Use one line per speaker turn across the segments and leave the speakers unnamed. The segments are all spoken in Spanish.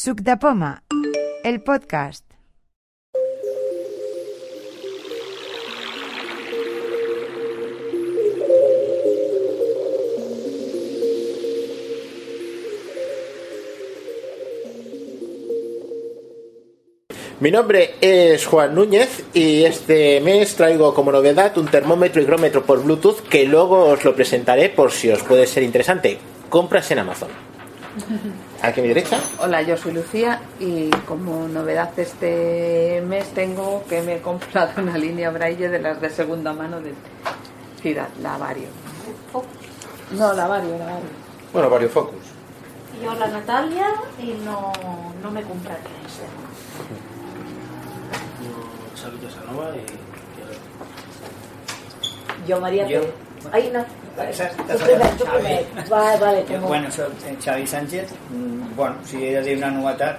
Suc de Poma, el podcast.
Mi nombre es Juan Núñez y este mes traigo como novedad un termómetro higrómetro por Bluetooth que luego os lo presentaré por si os puede ser interesante. Compras en Amazon. Aquí a mi derecha.
Hola, yo soy Lucía y como novedad de este mes tengo que me he comprado una línea braille de las de segunda mano de Ciudad, la Vario. Oh. No, la Vario, la Vario.
Bueno, varios focus.
Yo la Natalia y no, no me compraría ese.
Yo saludo a Sanova y. y
Yo, María.
Yo.
Ahí no.
Esa- esa-
Tú primer, tú primer. Vale, vale,
Yo,
como-
bueno, soy Xavi Sánchez. Mm, Bueno, si he de una novetat,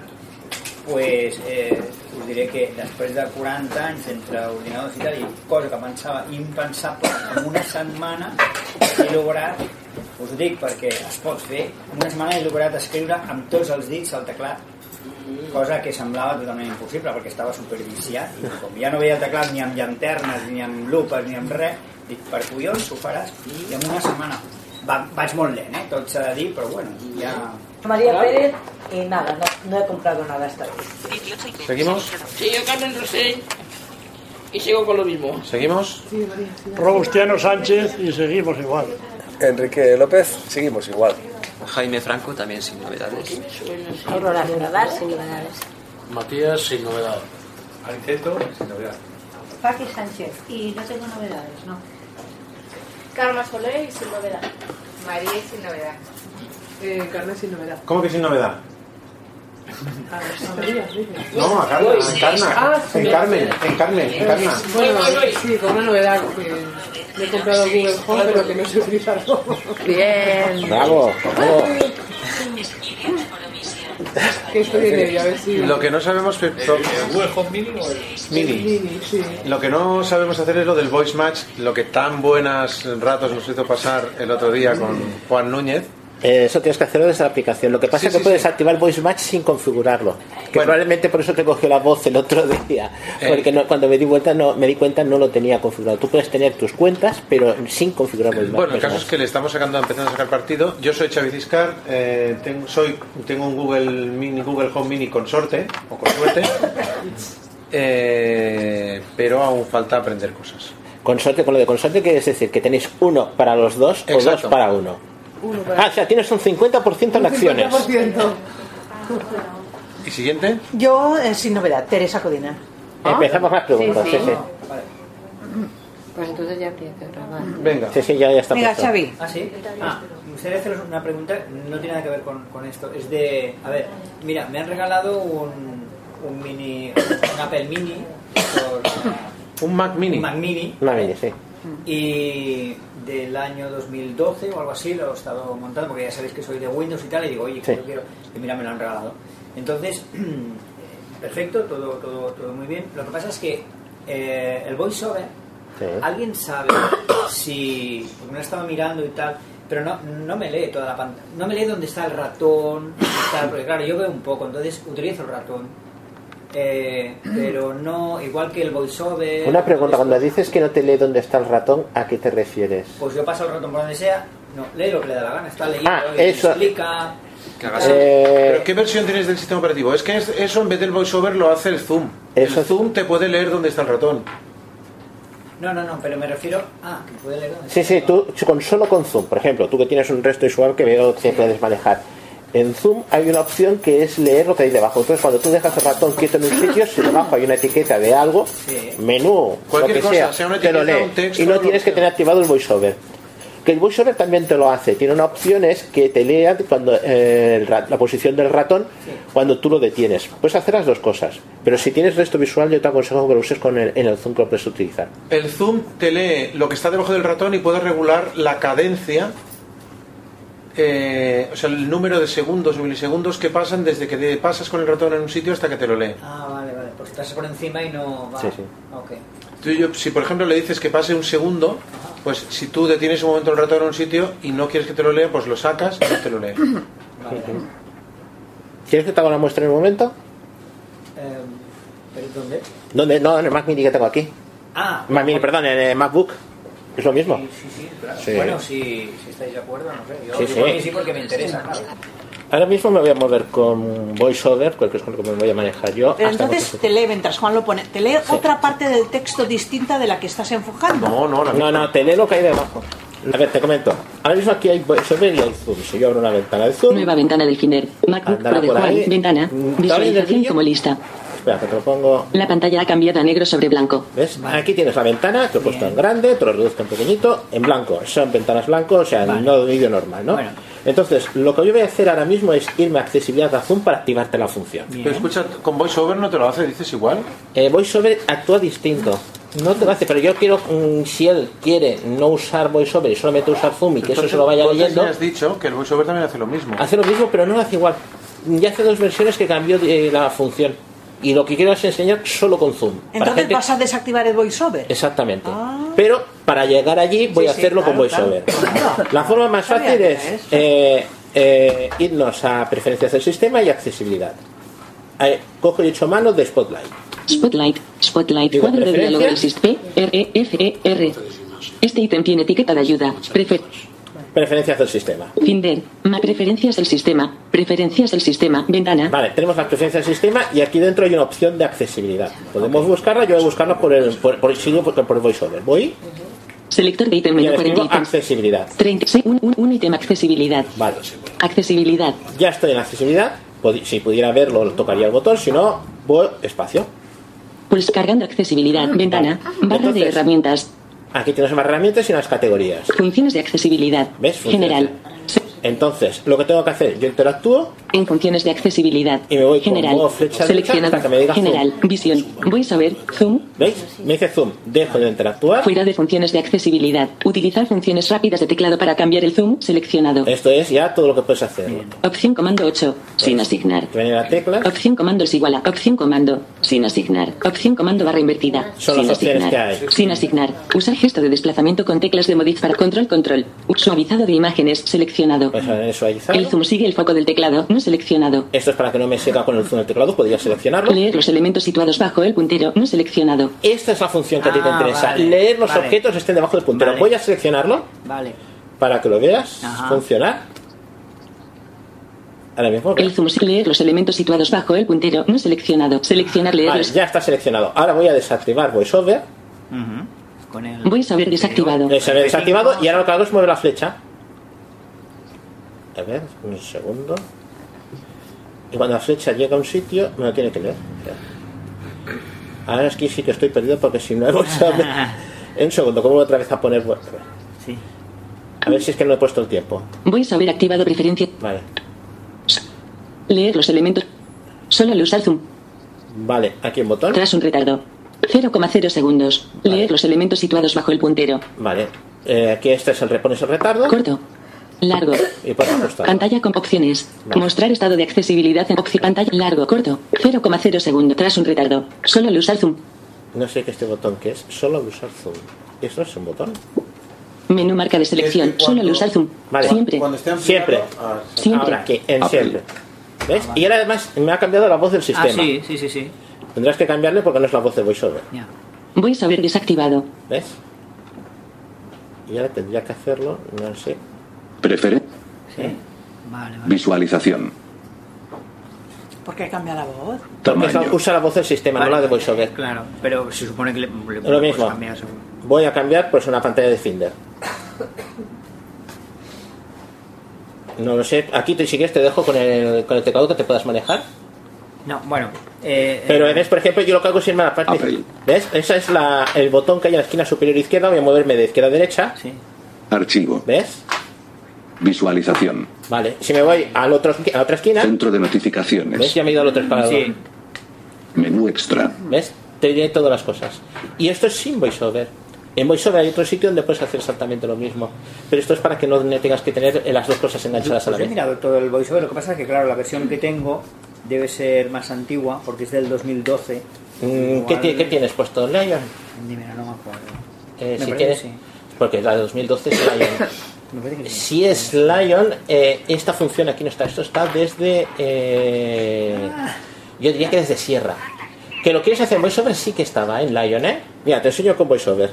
pues, eh, us diré que després de 40 anys entre ordinadors i tal, i cosa que pensava impensable, en una setmana he lograt, us ho dic perquè es pot fer, en una setmana he lograt escriure amb tots els dits al teclat, cosa que semblava totalment impossible perquè estava superviciat i com ja no veia el teclat ni amb llanternes, ni amb lupes, ni amb res, dic, per collons ho faràs i en una setmana. Va, vaig molt lent, eh? tot s'ha de dir, però bueno, ja...
María Pérez y nada, no, no he comprado nada esta vez.
¿Seguimos?
Sí, yo Carmen Rosell y sigo con lo mismo.
¿Seguimos?
Robustiano Sánchez y seguimos igual.
Enrique López, seguimos igual.
Jaime Franco también sin novedades.
Aurora Nadal, sin novedades.
Matías sin novedad. Aniceto sin novedad.
Paqui Sánchez. Y no tengo
pues
novedades, no.
Karma Soler y sin novedad. María y sin novedad. Eh, Carmen sin novedad.
¿Cómo que sin novedad?
A ver, a María, dice.
No, a Carmen, en
Ah,
Carmen, en Carmen, en Carmen, en Carmen.
Bueno, sí, con una novedad, que me he comprado Google Home, pero que no sé utilizarlo.
Bien.
Bravo, bravo.
Que estoy en ello, a ver si...
Lo que no sabemos
Eh,
que- Mini.
Mini, sí.
Lo que no sabemos hacer es lo del voice match, lo que tan buenos ratos nos hizo pasar el otro día con Juan Núñez.
Eh, Eso tienes que hacerlo desde la aplicación. Lo que pasa
Sí,
es que
sí,
puedes
sí.
activar el voice match sin configurarlo. Que probablemente por eso te cogió la voz el otro día.
Eh.
Porque no- cuando me di cuenta no me di cuenta no lo tenía configurado. Tú puedes tener tus cuentas, pero sin configurar voice match.
Bueno, el caso es que le estamos sacando, empezando a sacar partido. Yo soy Xavi Ciscar, eh, tengo, soy, tengo un Google Mini, Google Home Mini con sorte, o con suerte, eh, pero aún falta aprender cosas.
Consorte, con lo de consorte quiere decir que tenéis uno para los dos o dos
Exacto.
para uno.
Uno para...
Ah, o sea, tienes un 50% en acciones.
50%.
¿Y siguiente?
Yo, eh, sin novedad, Teresa Codina.
Ah. Empezamos más preguntas. Sí,
Sí,
sí. Ah,
sí.
Sí,
Pues entonces ya empieza a grabar.
Venga.
sí, ya, ya está. puesto.
¿Ah, sí? Ah, me gustaría haceros una pregunta, no tiene nada que ver con, con esto. Es de. A ver, mira, me han regalado un, un mini. un Apple Mini.
Un Mac Mini.
Un Mac Mini.
Una mini, sí.
Y del año 2012 o algo así lo he estado montando, porque ya sabéis que soy de Windows y tal, y digo, oye, que
Sí.
yo quiero. Y mira, me lo han regalado. Entonces, eh, perfecto, todo, todo, todo muy bien. Lo que pasa es que eh, el voiceover,
Sí.
alguien sabe si. porque me lo estaba mirando y tal. Pero no, no me lee toda la pantalla. No me lee dónde está el ratón. dónde está el- Porque claro, yo veo un poco, entonces utilizo el ratón. Eh, pero no, igual que el voiceover.
Una pregunta, cuando dices que no te lee dónde está el ratón, ¿a qué te refieres?
Pues yo paso el ratón por donde sea, no, lee lo que le da la gana, está leyendo,
Ah,
y
eso.
explica.
Que hagas- Eh,
Eh,
¿Pero qué versión tienes del sistema operativo? Es que es- eso en vez del voiceover lo hace el zoom.
Eso
el
es-
zoom te puede leer dónde está el ratón.
No, no, no, pero me refiero. Ah, que puede leer donde
Sí, sí, tú con, solo con Zoom, por ejemplo, tú que tienes un resto visual que veo que puedes manejar. En Zoom hay una opción que es leer lo que hay debajo. Entonces, cuando tú dejas el ratón quieto en un sitio, si debajo hay una etiqueta de algo,
Sí.
menú, lo
Cualquier
que
cosa,
sea,
sea una
te lo
etiqueta,
lee.
un texto,
y no
lo
tienes
que
que tener activado el voiceover. Que el voiceover también te lo hace. Tiene una opción es que te lea cuando eh, el ra- la posición del ratón cuando tú lo detienes. Puedes hacer las dos cosas. Pero si tienes resto visual, yo te aconsejo que lo uses con el- en el Zoom que lo puedes utilizar.
El zoom te lee lo que está debajo del ratón y puedes regular la cadencia, eh, o sea, el número de segundos o milisegundos que pasan desde que te pasas con el ratón en un sitio hasta que te lo lee.
Ah, vale, vale, pues estás por encima y no. Va.
Sí, sí.
Ok.
Tú y yo, si por ejemplo le dices que pase un segundo, pues si tú detienes un momento el ratón en un sitio y no quieres que te lo lea, pues lo sacas y no te lo lee.
Vale, vale.
¿Quieres que te haga una muestra en el momento?
Eh, ¿Pero dónde?
¿Dónde? No, en el Mac Mini que tengo aquí.
Ah,
Mac Mini, perdón, en el MacBook. Es lo mismo.
sí, sí, claro.
Sí.
Bueno, si, si estáis de acuerdo, no sé. Yo,
Sí,
yo
sí.
por mí sí porque me interesa, claro.
Ahora mismo me voy a mover con VoiceOver, porque es con lo que me voy a manejar yo.
Pero
hasta
entonces te lee, mientras Juan lo pone, te lee otra parte del texto distinta de la que estás enfocando.
No, no, no, no, te lee lo que hay debajo. A ver, te comento. Ahora mismo aquí hay VoiceOver y hay Zoom. Si yo abro una ventana de Zoom.
Nueva ventana del Giner. MacBook
Andala
Pro de
por
Juan.
ahí.
Ventana.
Mm, ¿dale el
Visualización
vídeo?
como lista.
Espera, que te lo pongo.
La pantalla ha cambiado a negro sobre blanco.
¿Ves? Aquí tienes la ventana, te lo he puesto en grande, te lo reduzco en pequeñito, en blanco. Son ventanas blanco, o sea, no de vídeo normal, ¿no? Entonces, lo que yo voy a hacer ahora mismo es irme a accesibilidad a Zoom para activarte la función.
Pero escucha, con VoiceOver no te lo hace, dices igual.
Eh, VoiceOver actúa distinto. No te lo hace, pero yo quiero, mm, si él quiere no usar VoiceOver y solamente usar Zoom y que eso
Entonces,
se lo vaya
entonces
leyendo,
me has dicho que el VoiceOver también hace lo mismo.
hace lo mismo, pero no lo hace igual. Ya hace dos versiones que cambió eh, la función. Y lo que quiero es enseñar solo con Zoom. Para
Entonces
gente-
vas a desactivar el voiceover.
Exactamente. Pero para llegar allí voy
Ah. Sí,
a
sí,
hacerlo con
claro,
VoiceOver. La forma más
Sabía
fácil
que
es
era eso.
eh, eh, irnos a preferencias del sistema y accesibilidad. Eh, cojo y echo mano de Spotlight.
Spotlight. Spotlight.
Digo,
Cuadro de diálogo del
preferencias.
sistema. P, R, E, F, E, R. Este ítem tiene etiqueta de ayuda. Prefer.
Preferencias del sistema.
Finder. Ma preferencias del sistema. Preferencias del sistema. Ventana.
Vale, tenemos las preferencias del sistema y aquí dentro hay una opción de accesibilidad. Podemos buscarla, yo voy a buscarla por el, por, por, sigo por, por VoiceOver. Voy
Selector de ítem
y
menú
escribo
40 ítems.
accesibilidad.
36. Un, un, un ítem accesibilidad.
Vale,
Accesibilidad.
ya estoy en accesibilidad. Podi- Si pudiera verlo, tocaría el botón, si no, voy espacio. Ah,
Pulse cargando accesibilidad. Ventana. Barra de
Entonces-
herramientas.
Aquí tenemos más herramientas y unas categorías.
Funciones de accesibilidad.
¿Ves? Funciones.
General.
Entonces, lo que tengo que hacer, yo interactúo
En funciones de accesibilidad.
y me voy
General.
con modo flecha derecha hasta que me
Seleccionado.
diga zoom.
General. Visión. Voy a ver. Zoom.
¿Veis? Me dice zoom. Dejo de interactuar.
Fuera de funciones de accesibilidad. Utilizar funciones rápidas de teclado para cambiar el zoom seleccionado.
Esto es ya todo lo que puedes hacer.
Opción comando 8. Sin
Pues,
asignar. Opción comando es igual a. Opción comando. Sin asignar. Opción comando barra invertida.
Son
sin
las opciones
asignar.
que hay.
Sin asignar. Usar gesto de desplazamiento con teclas de modif para control control. Suavizado de imágenes seleccionado.
Pues, Suavizado.
El zoom sigue el foco del teclado no seleccionado.
Esto es para que no me siga con el zoom del teclado, podría seleccionarlo.
Leer los elementos situados bajo el puntero no seleccionado.
Esta es la función que a ti te
Ah,
interesa.
vale,
Leer los
vale.
objetos que estén debajo del puntero.
Vale.
Voy a seleccionarlo
Vale.
para que lo veas
Ajá.
funcionar. Ahora mismo.
El zoom sí- leer los elementos situados bajo el puntero no seleccionado. Seleccionar leer
Vale,
los-
ya está seleccionado. Ahora voy a desactivar VoiceOver. Eh,
Voy a saber desactivado.
Se ve desactivado y ahora lo que hago es mover la flecha. A ver, un segundo. Y cuando la flecha llega a un sitio, me lo tiene que leer. Ahora es que sí que estoy perdido porque si no he saber. un segundo, ¿cómo otra vez a poner? vu- A ver si es que no he puesto el tiempo.
Voy a saber activado preferencia.
Vale.
Leer los elementos. Solo al usar zoom.
Vale, aquí un botón.
Tras un retardo. 0,0 segundos. Leer los elementos situados bajo el puntero.
Vale. Eh, aquí este es el repones el retardo.
Corto. Largo.
Y por supuesto.
Pantalla con opciones.
Vale.
Mostrar estado de accesibilidad en opción. Pantalla largo, corto. 0,0 segundo. Tras un retardo. Solo al usar zoom.
No sé qué este botón que es. Solo usar zoom. ¿Eso es un botón?
Menú marca de selección. Solo al usar zoom.
Vale.
Siempre.
Siempre.
Siempre.
Ahora aquí, en
Ok.
siempre. ¿Ves? Y ahora además me ha cambiado la voz del sistema.
Ah, sí, sí, sí, sí.
Tendrás que cambiarle porque no es la voz de VoiceOver.
Voy a saber desactivado.
¿Ves? Y ahora tendría que hacerlo, no sé.
Prefere. Visualización.
¿Por qué cambia la voz?
Porque eso usa la voz del sistema, no la de VoiceOver.
Claro, pero se supone que le, le
Lo mismo.
cambiar pues seguro.
Voy a cambiar pues una pantalla de Finder. No lo sé. Aquí te, si quieres te dejo con el, con el teclado que te puedas manejar.
No, bueno. eh,
Pero ves, por ejemplo, yo lo que hago es irme a la parte. ¿Ves? Esa es la, el botón que hay en la esquina superior izquierda. Voy a moverme de izquierda a derecha.
Archivo.
¿Ves?
Visualización.
Vale. Si me voy al otro, esqui- a la otra esquina.
Centro de notificaciones.
¿Ves? Ya me he ido al otro escalado.
Menú extra.
¿Ves? Te diré todas las cosas. Y esto es sin VoiceOver. En VoiceOver hay otro sitio donde puedes hacer exactamente lo mismo. Pero esto es para que no tengas que tener las dos cosas enganchadas a la
Pues he
vez.
mirado todo el voiceover, lo que pasa es que, claro, la versión que tengo debe ser más antigua porque es del 2012.
Mm, ¿Qué,
Igual-
ti- qué tienes puesto, Lion?
Ni me- no me acuerdo.
Eh,
Me
si
parece
tienes,
que sí.
Porque la de 2012 es Lion. Si es Lion, eh, esta función aquí no está. Esto está desde. eh, yo diría que desde Sierra. Que lo quieres hacer en VoiceOver sí que estaba en Lion, ¿eh? Mira, te enseño con VoiceOver.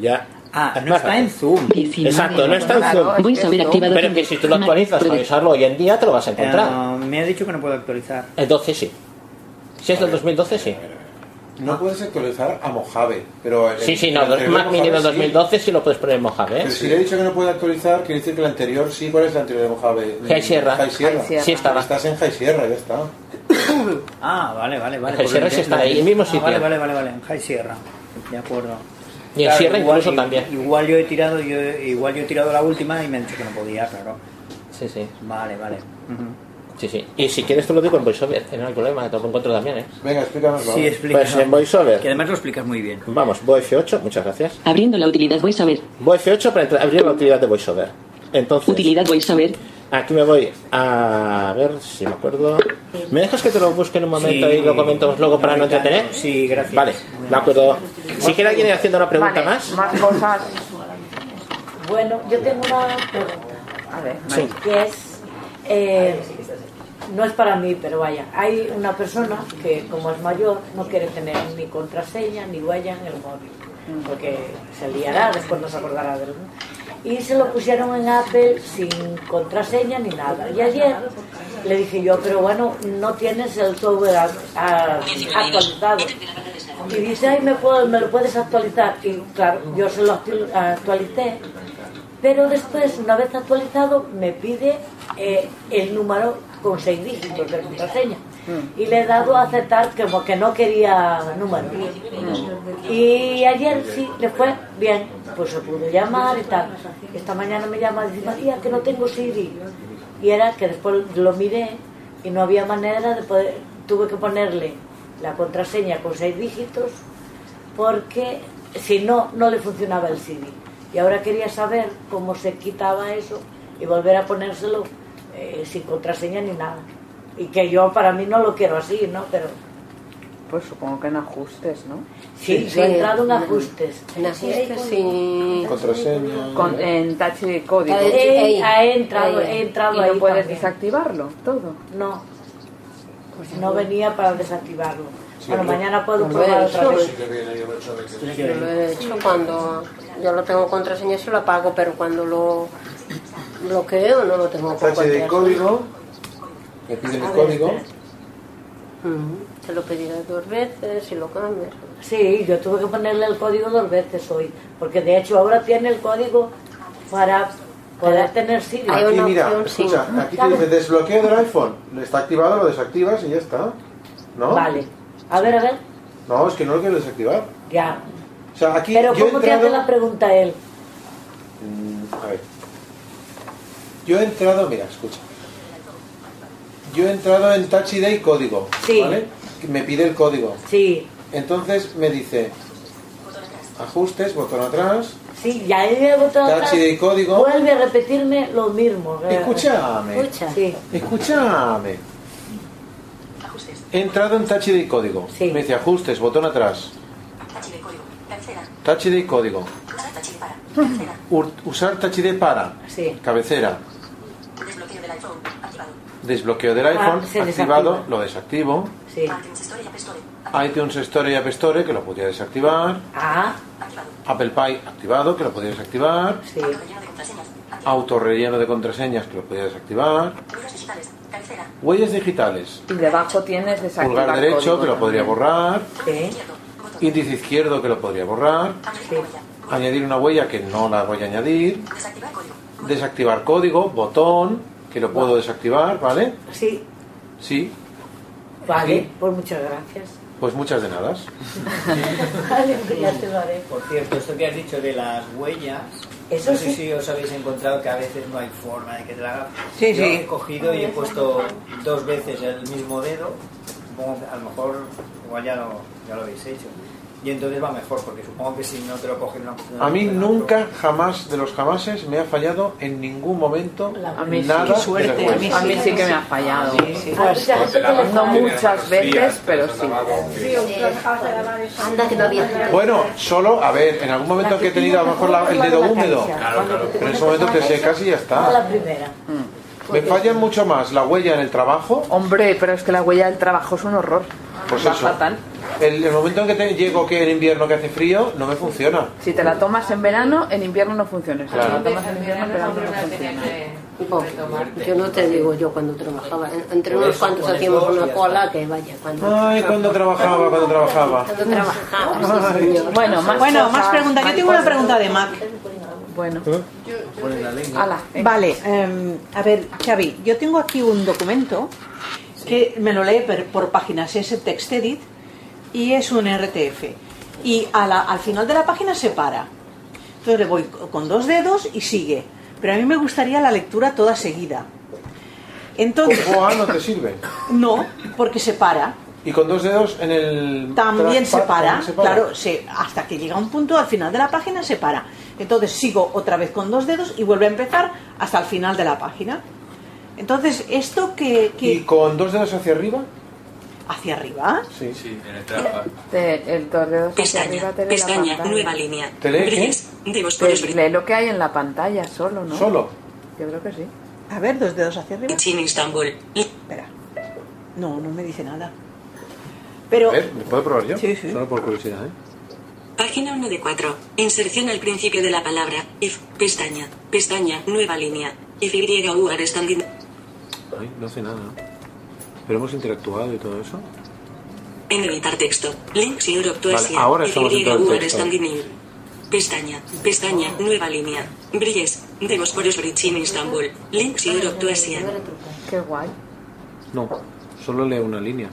Ya. Ah, no está en Zoom. Exacto, no está en
Claro,
Zoom.
VoiceOver activado
Pero que
con-
si tú lo actualizas para usarlo hoy en día, te lo vas a encontrar.
Eh, me ha dicho que no puedo actualizar.
El 12 sí. Si es del 2012, sí.
No puedes actualizar a Mojave, pero... el-
Sí, sí,
el
no,
anterior
Mac
Mojave
Mini del
sí.
2012 sí lo puedes poner en Mojave. ¿eh?
Pero si le he dicho que no puede actualizar, quiere decir que el anterior sí. ¿Cuál es el anterior de Mojave?
High Sierra.
High Sierra.
High Sierra. Sí estaba.
Estás en High Sierra, ya está.
Ah, vale, vale, vale.
El Sierra sí está ahí, en el mismo
Ah,
sitio.
vale, vale, vale, vale, en High Sierra. De acuerdo.
Y en Sierra incluso también.
Igual yo he tirado, yo, igual yo he tirado la última y me han dicho que no podía, claro.
Sí, sí.
Vale, vale.
Sí, sí. Y si quieres te lo digo en VoiceOver, eh, no hay problema, te lo encuentro también, ¿eh?
Venga, explícanos.
Sí, explica.
Pues en VoiceOver.
Que además lo explicas muy bien.
Vamos, VoiceOver, muchas gracias.
Abriendo la utilidad VoiceOver.
VoiceOver para entrar- abrir la utilidad de VoiceOver. Entonces.
Utilidad VoiceOver.
Aquí me voy a ver si me acuerdo. ¿Me dejas que te lo busque en un momento
Sí.
y lo comentamos luego para no
me encanta.
entretener?
Sí, gracias.
Vale, de acuerdo. Si quiere alguien ir haciendo una pregunta
Vale,
más.
Más cosas.
Bueno, yo tengo una pregunta.
A ver,
Sí.
Que es. eh, no es para mí, pero vaya. Hay una persona que, como es mayor, no quiere tener ni contraseña ni huella en el móvil. Porque se liará, después no se acordará de él. Y se lo pusieron en Apple sin contraseña ni nada. Y ayer le dije yo, pero bueno, no tienes el software a- a- actualizado. Y dice, ay, me, puedo- me lo puedes actualizar. Y claro, yo se lo actu- actualicé. Pero después, una vez actualizado, me pide eh, el número con seis dígitos de contraseña. Y le he dado a aceptar que, que no quería número. Y ayer sí, le fue bien. Pues se pudo llamar y tal. Esta mañana me llama y dice, María, que no tengo Siri. Y era que después lo miré y no había manera de poder... Tuve que ponerle la contraseña con seis dígitos porque si no, no le funcionaba el CD. Y ahora quería saber cómo se quitaba eso y volver a ponérselo eh, sin contraseña ni nada. Y que yo para mí no lo quiero así, ¿no? Pero
Pues supongo que en ajustes, ¿no?
sí, yo he entrado en
eh,
ajustes.
En ajustes y...
Contraseña.
Con- en touch de código.
Ahí, ahí, he entrado, he entrado
¿Y no
ahí
puedes
también.
desactivarlo todo?
No. No venía para desactivarlo.
Sí,
Bueno,
pero-
mañana puedo
Lo he
probar otra
hecho.
vez.
Yo lo he hecho cuando yo lo tengo contraseña se lo apago, pero cuando lo bloqueo no lo tengo con
Tache de
contraseña.
código. Le piden
A
el
ver,
código.
Ujú. Se lo pediré dos veces y lo cambio.
Sí, yo tuve que ponerle el código dos veces hoy, porque de hecho ahora tiene el código para poder tener Siri.
Aquí mira, escucha, aquí te dice desbloqueo del iPhone. Está activado, lo desactivas y ya está. ¿No?
Vale. A ver, a ver,
No, es que no lo quiero desactivar.
ya.
O sea, aquí
Pero
yo he
¿cómo te hace
entrado-
la pregunta él?
Mm, A ver. Yo he entrado, mira, escucha. Yo he entrado en Touch ID código.
Sí.
¿Vale? Me pide el código.
Sí.
Entonces me dice ajustes, botón atrás.
Sí, ya he votado
Touch
atrás.
ID código.
Vuelve a repetirme lo mismo. eh.
Escúchame.
Sí.
Escúchame. He entrado en Touch ID código. Me dice ajustes, botón atrás. Touch ID código. Ur- usar Touch ID para.
Sí.
Cabecera. Desbloqueo del
Ah,
iPhone.
se
activado.
desactiva.
Lo desactivo.
Sí.
iTunes Store y App Store que lo podía desactivar.
Ah,
Apple Pie activado que lo podía desactivar.
sí.
Autorrelleno de contraseñas que lo podía desactivar. Huellas digitales.
Y debajo tienes desactivar
Pulgar derecho
código
que lo podría
también.
borrar.
Sí.
Índice izquierdo que lo podría borrar. Ah. Añadir una huella que no la voy a añadir. Desactivar código, botón, que lo puedo desactivar, ¿vale?
Sí.
Sí,
Vale,
Sí.
pues muchas gracias.
pues muchas de nadas.
Vale, pues ya te lo haré.
Por cierto, esto que has dicho de las huellas,
Eso
no sé
sí.
si os habéis encontrado que a veces no hay forma de que te la haga.
Sí,
Yo
sí.
he cogido y he puesto dos veces el mismo dedo, supongo que a lo mejor igual ya lo, ya lo habéis hecho, y entonces va mejor, porque supongo que si no te lo cogen no,
A mí nunca, jamás de los jamases, me ha fallado en ningún momento
A mí sí.
nada.
Qué suerte.
de vergüenza.
A mí sí. A mí sí que me ha fallado. Sí, sí.
Pues,
Ah, ya. No muchas veces, pero sí.
Anda, que no había
Bueno, solo, a ver, en algún momento que he tenido a lo mejor la- el dedo húmedo, pero en ese momento te secas y ya está.
la primera.
Me fallan mucho más la huella en el trabajo.
Hombre, pero es que la huella del trabajo es un horror.
Pues
Va
eso.
fatal.
El, el momento en que te llego que en invierno que hace frío, no me funciona.
Si te la tomas en verano, en invierno no funciona. Si te
Claro.
la tomas en invierno, en verano no funciona.
Yo no te digo yo cuando trabajaba. Entre unos cuantos hacíamos una cola que vaya. Cuando,
Ay, cuando trabajaba, cuando trabajaba.
cuando trabajábamos. sí, señor.
Bueno, más
bueno,
cosas,
más preguntas. Yo tengo
más
una pregunta de Mac.
Eh,
Bueno. Ala, venga.
Vale, eh, a ver, Xavi, yo tengo aquí un documento que me lo lee per- por, páginas, es el TextEdit y es un RTF. Y a la- al final de la página se para. Entonces le voy con dos dedos y sigue. Pero a mí me gustaría la lectura toda seguida. Entonces,
Un boa ah, no te sirve.
no, porque se para.
Y con dos dedos en el.
También se
trackpad,
para,
también se para.
claro, se- hasta que llega un punto al final de la página se para. Entonces sigo otra vez con dos dedos y vuelve a empezar hasta el final de la página. Entonces, esto que, que-
¿Y con dos dedos hacia arriba?
hacia arriba,
Sí, sí, en el
Te- el dos dedos hacia
Pestaña,
arriba te lee la
pestaña,
pantalla.
nueva línea.
¿Te lee qué?
Gris, Debos por
Te lee lo que hay en la pantalla solo, ¿no?
¿Solo?
Yo creo que sí.
A ver, dos dedos hacia arriba.
Chin, Istanbul.
Espera. No, no me dice nada. Pero.
A ver, ¿me puedo probar yo?
Sí, sí.
Solo por curiosidad, ¿eh?
Página 1 de 4. Inserción al principio de la palabra. If. Pestaña. Pestaña. Nueva línea. If Y U are standing.
Ay, no hace nada. ¿no? Pero hemos interactuado y todo eso.
En editar texto. Links Europe to
Vale,
Asia.
ahora
If
estamos
Y
en todo el
U are
texto.
standing in. Pestaña. Pestaña. Nueva línea. Bries. De Bosporus Bridge in Istanbul. Links Europe to Asia.
Qué guay.
No, solo leo una línea.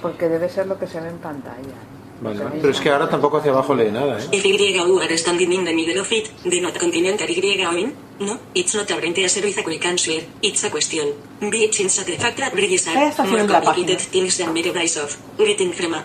Porque debe ser lo que se ve en pantalla.
Vale, vale. Pero es que ahora tampoco hacia abajo lee nada, ¿eh?
If you are standing in the middle of it, the not continental Y in, no, it's not a brand answer with a quick answer, it's a question. Bitch inside the fact that bridges are
Ahí está
more
haciendo la
complicated things than mere dice of, getting from a.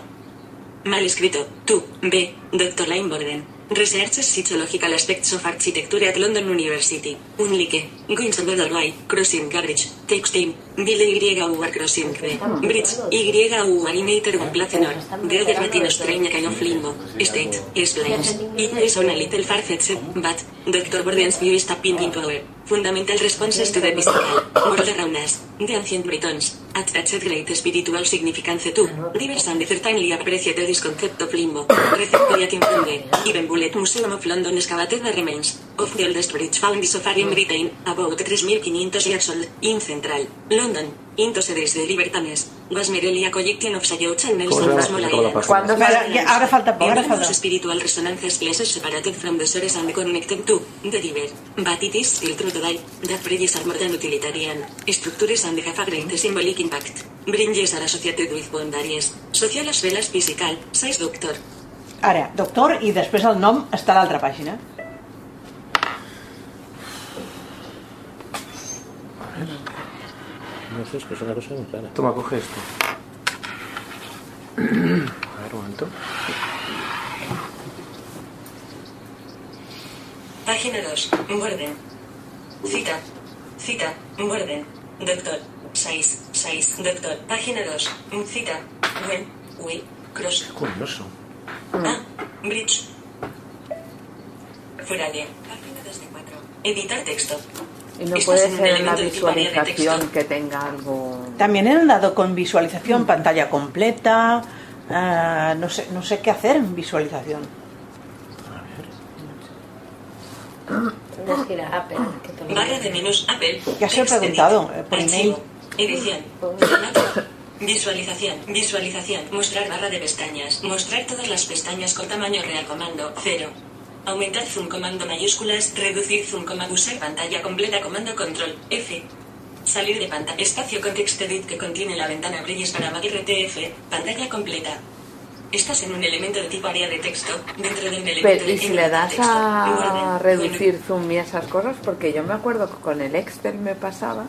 Mal escrito, tú, B, Dr. Limeborden. Researches Psychological Aspects of Architecture at London University. Unlike, Goins and Other Way, Crossing Garage, Text Team, Bill YU are Crossing the Bridge, YU are in Eater with Platinor, The Other Latino Strain Kind of Limbo, State, Explains, It is on a little far-fetched, but, Dr. Borden's view is tapping into our fundamental responses to the mystical, world around us, the ancient Britons, attached great spiritual significance to, divers and certainly appreciated this concept of limbo, receptoriat in Funde, even Bullet Museum of London excavated the remains, of the oldest bridge found is of in Britain, about 3,500 years old, in central, London, into series de Libertanes, was merely a collection of Sayouts and Nelson
¿Cómo se llama?
Rasmola
¿Cómo la
Islands.
página? ¿Cuándo
Espera, ya, ahora falta- ahora
Even
falta.
those spiritual resonances classes separated from the source and connected to the river. But it is still true today that bridges are more than utilitarian structures and have a great symbolic impact. Bridges are associated with boundaries, social as well as physical, says Doctor.
Ara, doctor, i després el nom està a l'altra pàgina.
No sé, es que es una cosa muy clara.
Toma, coge esto. A ver, un momento.
Página 2. Borden. Cita. Cita. Borden. Doctor. 6. 6. Doctor. Página 2. Cita. When. We. Cross.
Curioso.
Ah, bridge. Fuera de. Página 2 de 4. Editar texto.
Y no
Esto
puede
es un
ser una
elemento de tipo área de
visualización que tenga algo. Mm.
También he andado con visualización, pantalla completa, ah, no, sé, no sé qué hacer en visualización.
Tendrás que ir a Apple, que te lo-
Barra de menús Apple.
Ya se lo he
Text
preguntado
edit.
eh, por email.
Archivo. Edición. Formato. Visualización. Visualización. Mostrar barra de pestañas. Mostrar todas las pestañas con tamaño real. Comando 0. Aumentar zoom. Comando mayúsculas. Reducir zoom. Coma usar pantalla completa. Comando control. F. Salir de pantalla. Espacio context edit que contiene la ventana Brilles para Mac RTF. Pantalla completa. Estás en un elemento de tipo área de texto. Dentro de un elemento
Pero,
de
y si
área
le
de
das
texto. Orden.
a reducir zoom y esas cosas, porque yo me acuerdo que con el Excel me pasaba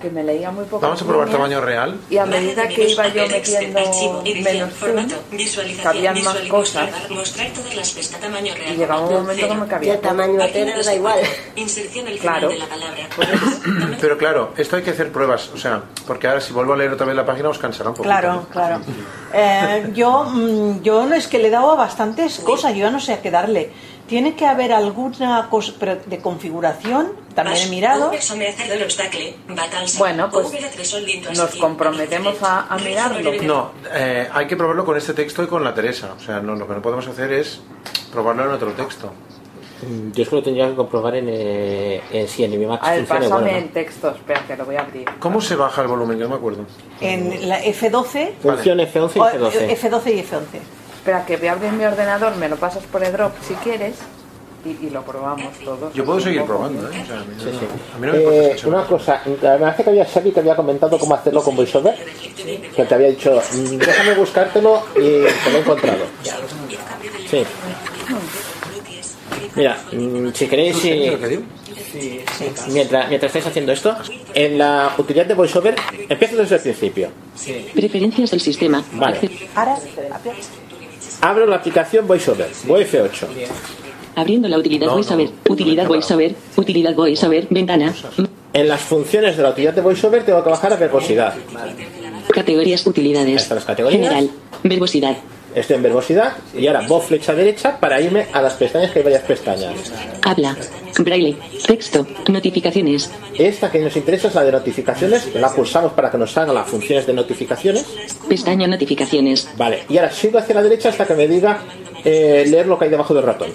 que me leía muy poco.
Vamos a probar tamaño real.
Y a medida que iba yo metiendo
Archivo, edición,
menos zoom,
formato, visualización,
cabían más
visualización,
cosas.
Mostrar todas las pistas, tamaño real.
Y llegaba un momento que me cabía. Ya tamaño
Páginas,
da igual.
Inserción al
Claro.
final de la palabra.
Pero claro, esto hay que hacer pruebas, o sea, porque ahora si vuelvo a leer otra vez la página os cansará un poco.
Claro, claro. Eh, yo, mm, yo no es que le he dado a bastantes cosas, yo ya no sé a qué darle. Tiene que haber alguna cosa pero de configuración, también he mirado.
Bueno, pues nos comprometemos a, a mirarlo.
No, eh, hay que probarlo con este texto y con la Teresa. O sea, no, lo que no podemos hacer es probarlo en otro texto.
Mm, Yo es que lo tendría que comprobar en, eh, en si en Animax
A ver,
funciona
pásame
igual o no.
el texto, espera que lo voy a abrir.
¿Cómo se baja el volumen? Yo no me acuerdo.
En la F12,
Función F11 y
o
eh,
F12.
F12 y F11.
Espera, que voy a abrir mi ordenador, me lo pasas por el drop si quieres y, y lo probamos todos.
Yo puedo seguir probando, ¿eh? O sea, a mí no- a mí no me importa.
Eh, una cosa, me parece que había Xavi te había comentado cómo hacerlo con VoiceOver, que te había dicho, "Mm, déjame buscártelo y te lo he encontrado.
Sí. Mira, mm, si queréis, si-
Sí,
mientras, mientras estáis haciendo esto, en la utilidad de VoiceOver, empiezo desde el principio.
Preferencias del sistema.
Vale.
Ahora,
Abro la aplicación VoiceOver, VoiceF8.
Abriendo la utilidad
No,
VoiceOver. Utilidad VoiceOver. Utilidad VoiceOver. Ventana.
En las funciones de la utilidad de VoiceOver tengo que bajar a verbosidad.
Categorías. Utilidades.
Estas las categorías.
General. Verbosidad.
Estoy en verbosidad y ahora voy flecha derecha para irme a las pestañas, que hay varias pestañas.
Habla. Braille. Texto. Notificaciones.
Esta que nos interesa es la de notificaciones, la pulsamos para que nos salgan las funciones de notificaciones.
Pestaña notificaciones.
Vale, y ahora sigo hacia la derecha hasta que me diga eh, leer lo que hay debajo del ratón.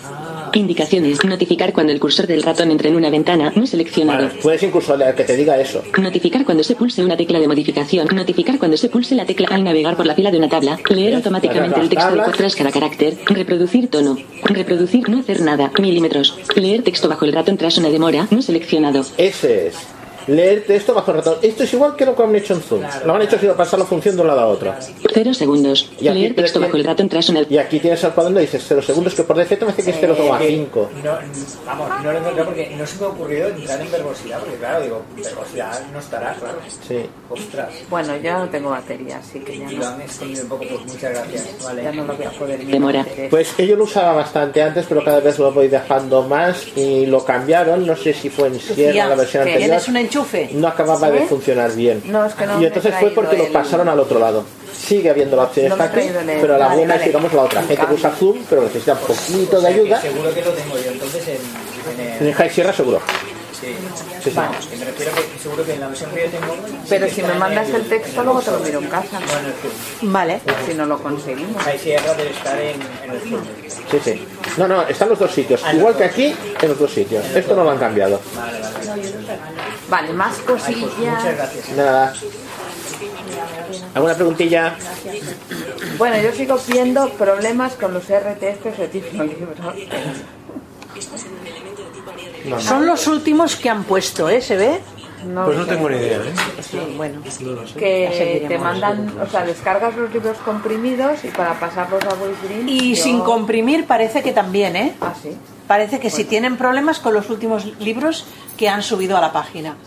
Indicaciones. Notificar cuando el cursor del ratón entre en una ventana no seleccionado.
Puedes incluso leer que te diga eso.
Notificar cuando se pulse una tecla de modificación. Notificar cuando se pulse la tecla al navegar por la fila de una tabla. Leer automáticamente el texto de por tras cada carácter. Reproducir tono. Reproducir no hacer nada. Milímetros. Leer texto bajo el ratón tras una demora no seleccionado.
Ese es. Leer texto bajo el ratón. Esto es igual que lo que han hecho en Zoom. Lo han hecho sido pasar la función de un lado a otro.
Cero segundos.
Y aquí
Leer texto bajo el ratón tras una...
Y aquí tienes al cuadro donde dices 0 segundos, que por defecto me dice que es 0,5.
Eh, No, vamos, no lo he encontrado porque no se me ha ocurrido entrar en verbosidad, porque claro, digo, verbosidad no estará, claro.
Sí.
Ostras.
Bueno, ya no tengo batería, así que ya
Y
no.
lo han extendido un poco, pues muchas gracias. Vale.
Ya no lo voy a poder mirar.
Pues yo lo usaba bastante antes, pero cada vez lo voy dejando más y lo cambiaron. No sé si fue en Sierra
Lucía,
la versión anterior.
¿Tienes un enchufe?
No acababa de
¿Eh?
funcionar bien.
No, es que no
y
me he
entonces fue
traído
porque lo
el-
pasaron al otro lado. Sigue habiendo la opción
No me he
esta aquí,
traído el-
pero la
Vale,
buena es,
vale.
digamos, la otra. Gente que usa Zoom, pero necesita un poquito de ayuda.
Seguro que lo tengo yo, entonces en, en
En
el-
el High Sierra seguro.
Sí.
Sí, sí.
Vamos, que me refiero que seguro que en la versión que yo tengo...
Pero si me mandas el texto, luego te lo miro en casa.
Vale.
Si no lo conseguimos.
Ahí cierra debe estar en, en el fondo.
Sí, sí. No, no, están los dos sitios. Igual que aquí, en los dos sitios. Esto no lo han cambiado.
Vale, vale.
Vale, más
Muchas
cosillas.
gracias.
Nada. ¿Alguna preguntilla?
Bueno, yo sigo viendo problemas con los RTFs de tipo libro.
No, no.
Son los últimos que han puesto, ¿eh? ¿Se ve?
Pues no tengo ni idea, ¿eh?
Sí, bueno.
Ya
Que
seguiremos.
te mandan, o sea, descargas los libros comprimidos y para pasarlos a Voice Dream.
Y
yo-
sin comprimir parece que también, ¿eh? Parece que sí tienen problemas con los últimos libros que han subido a la página.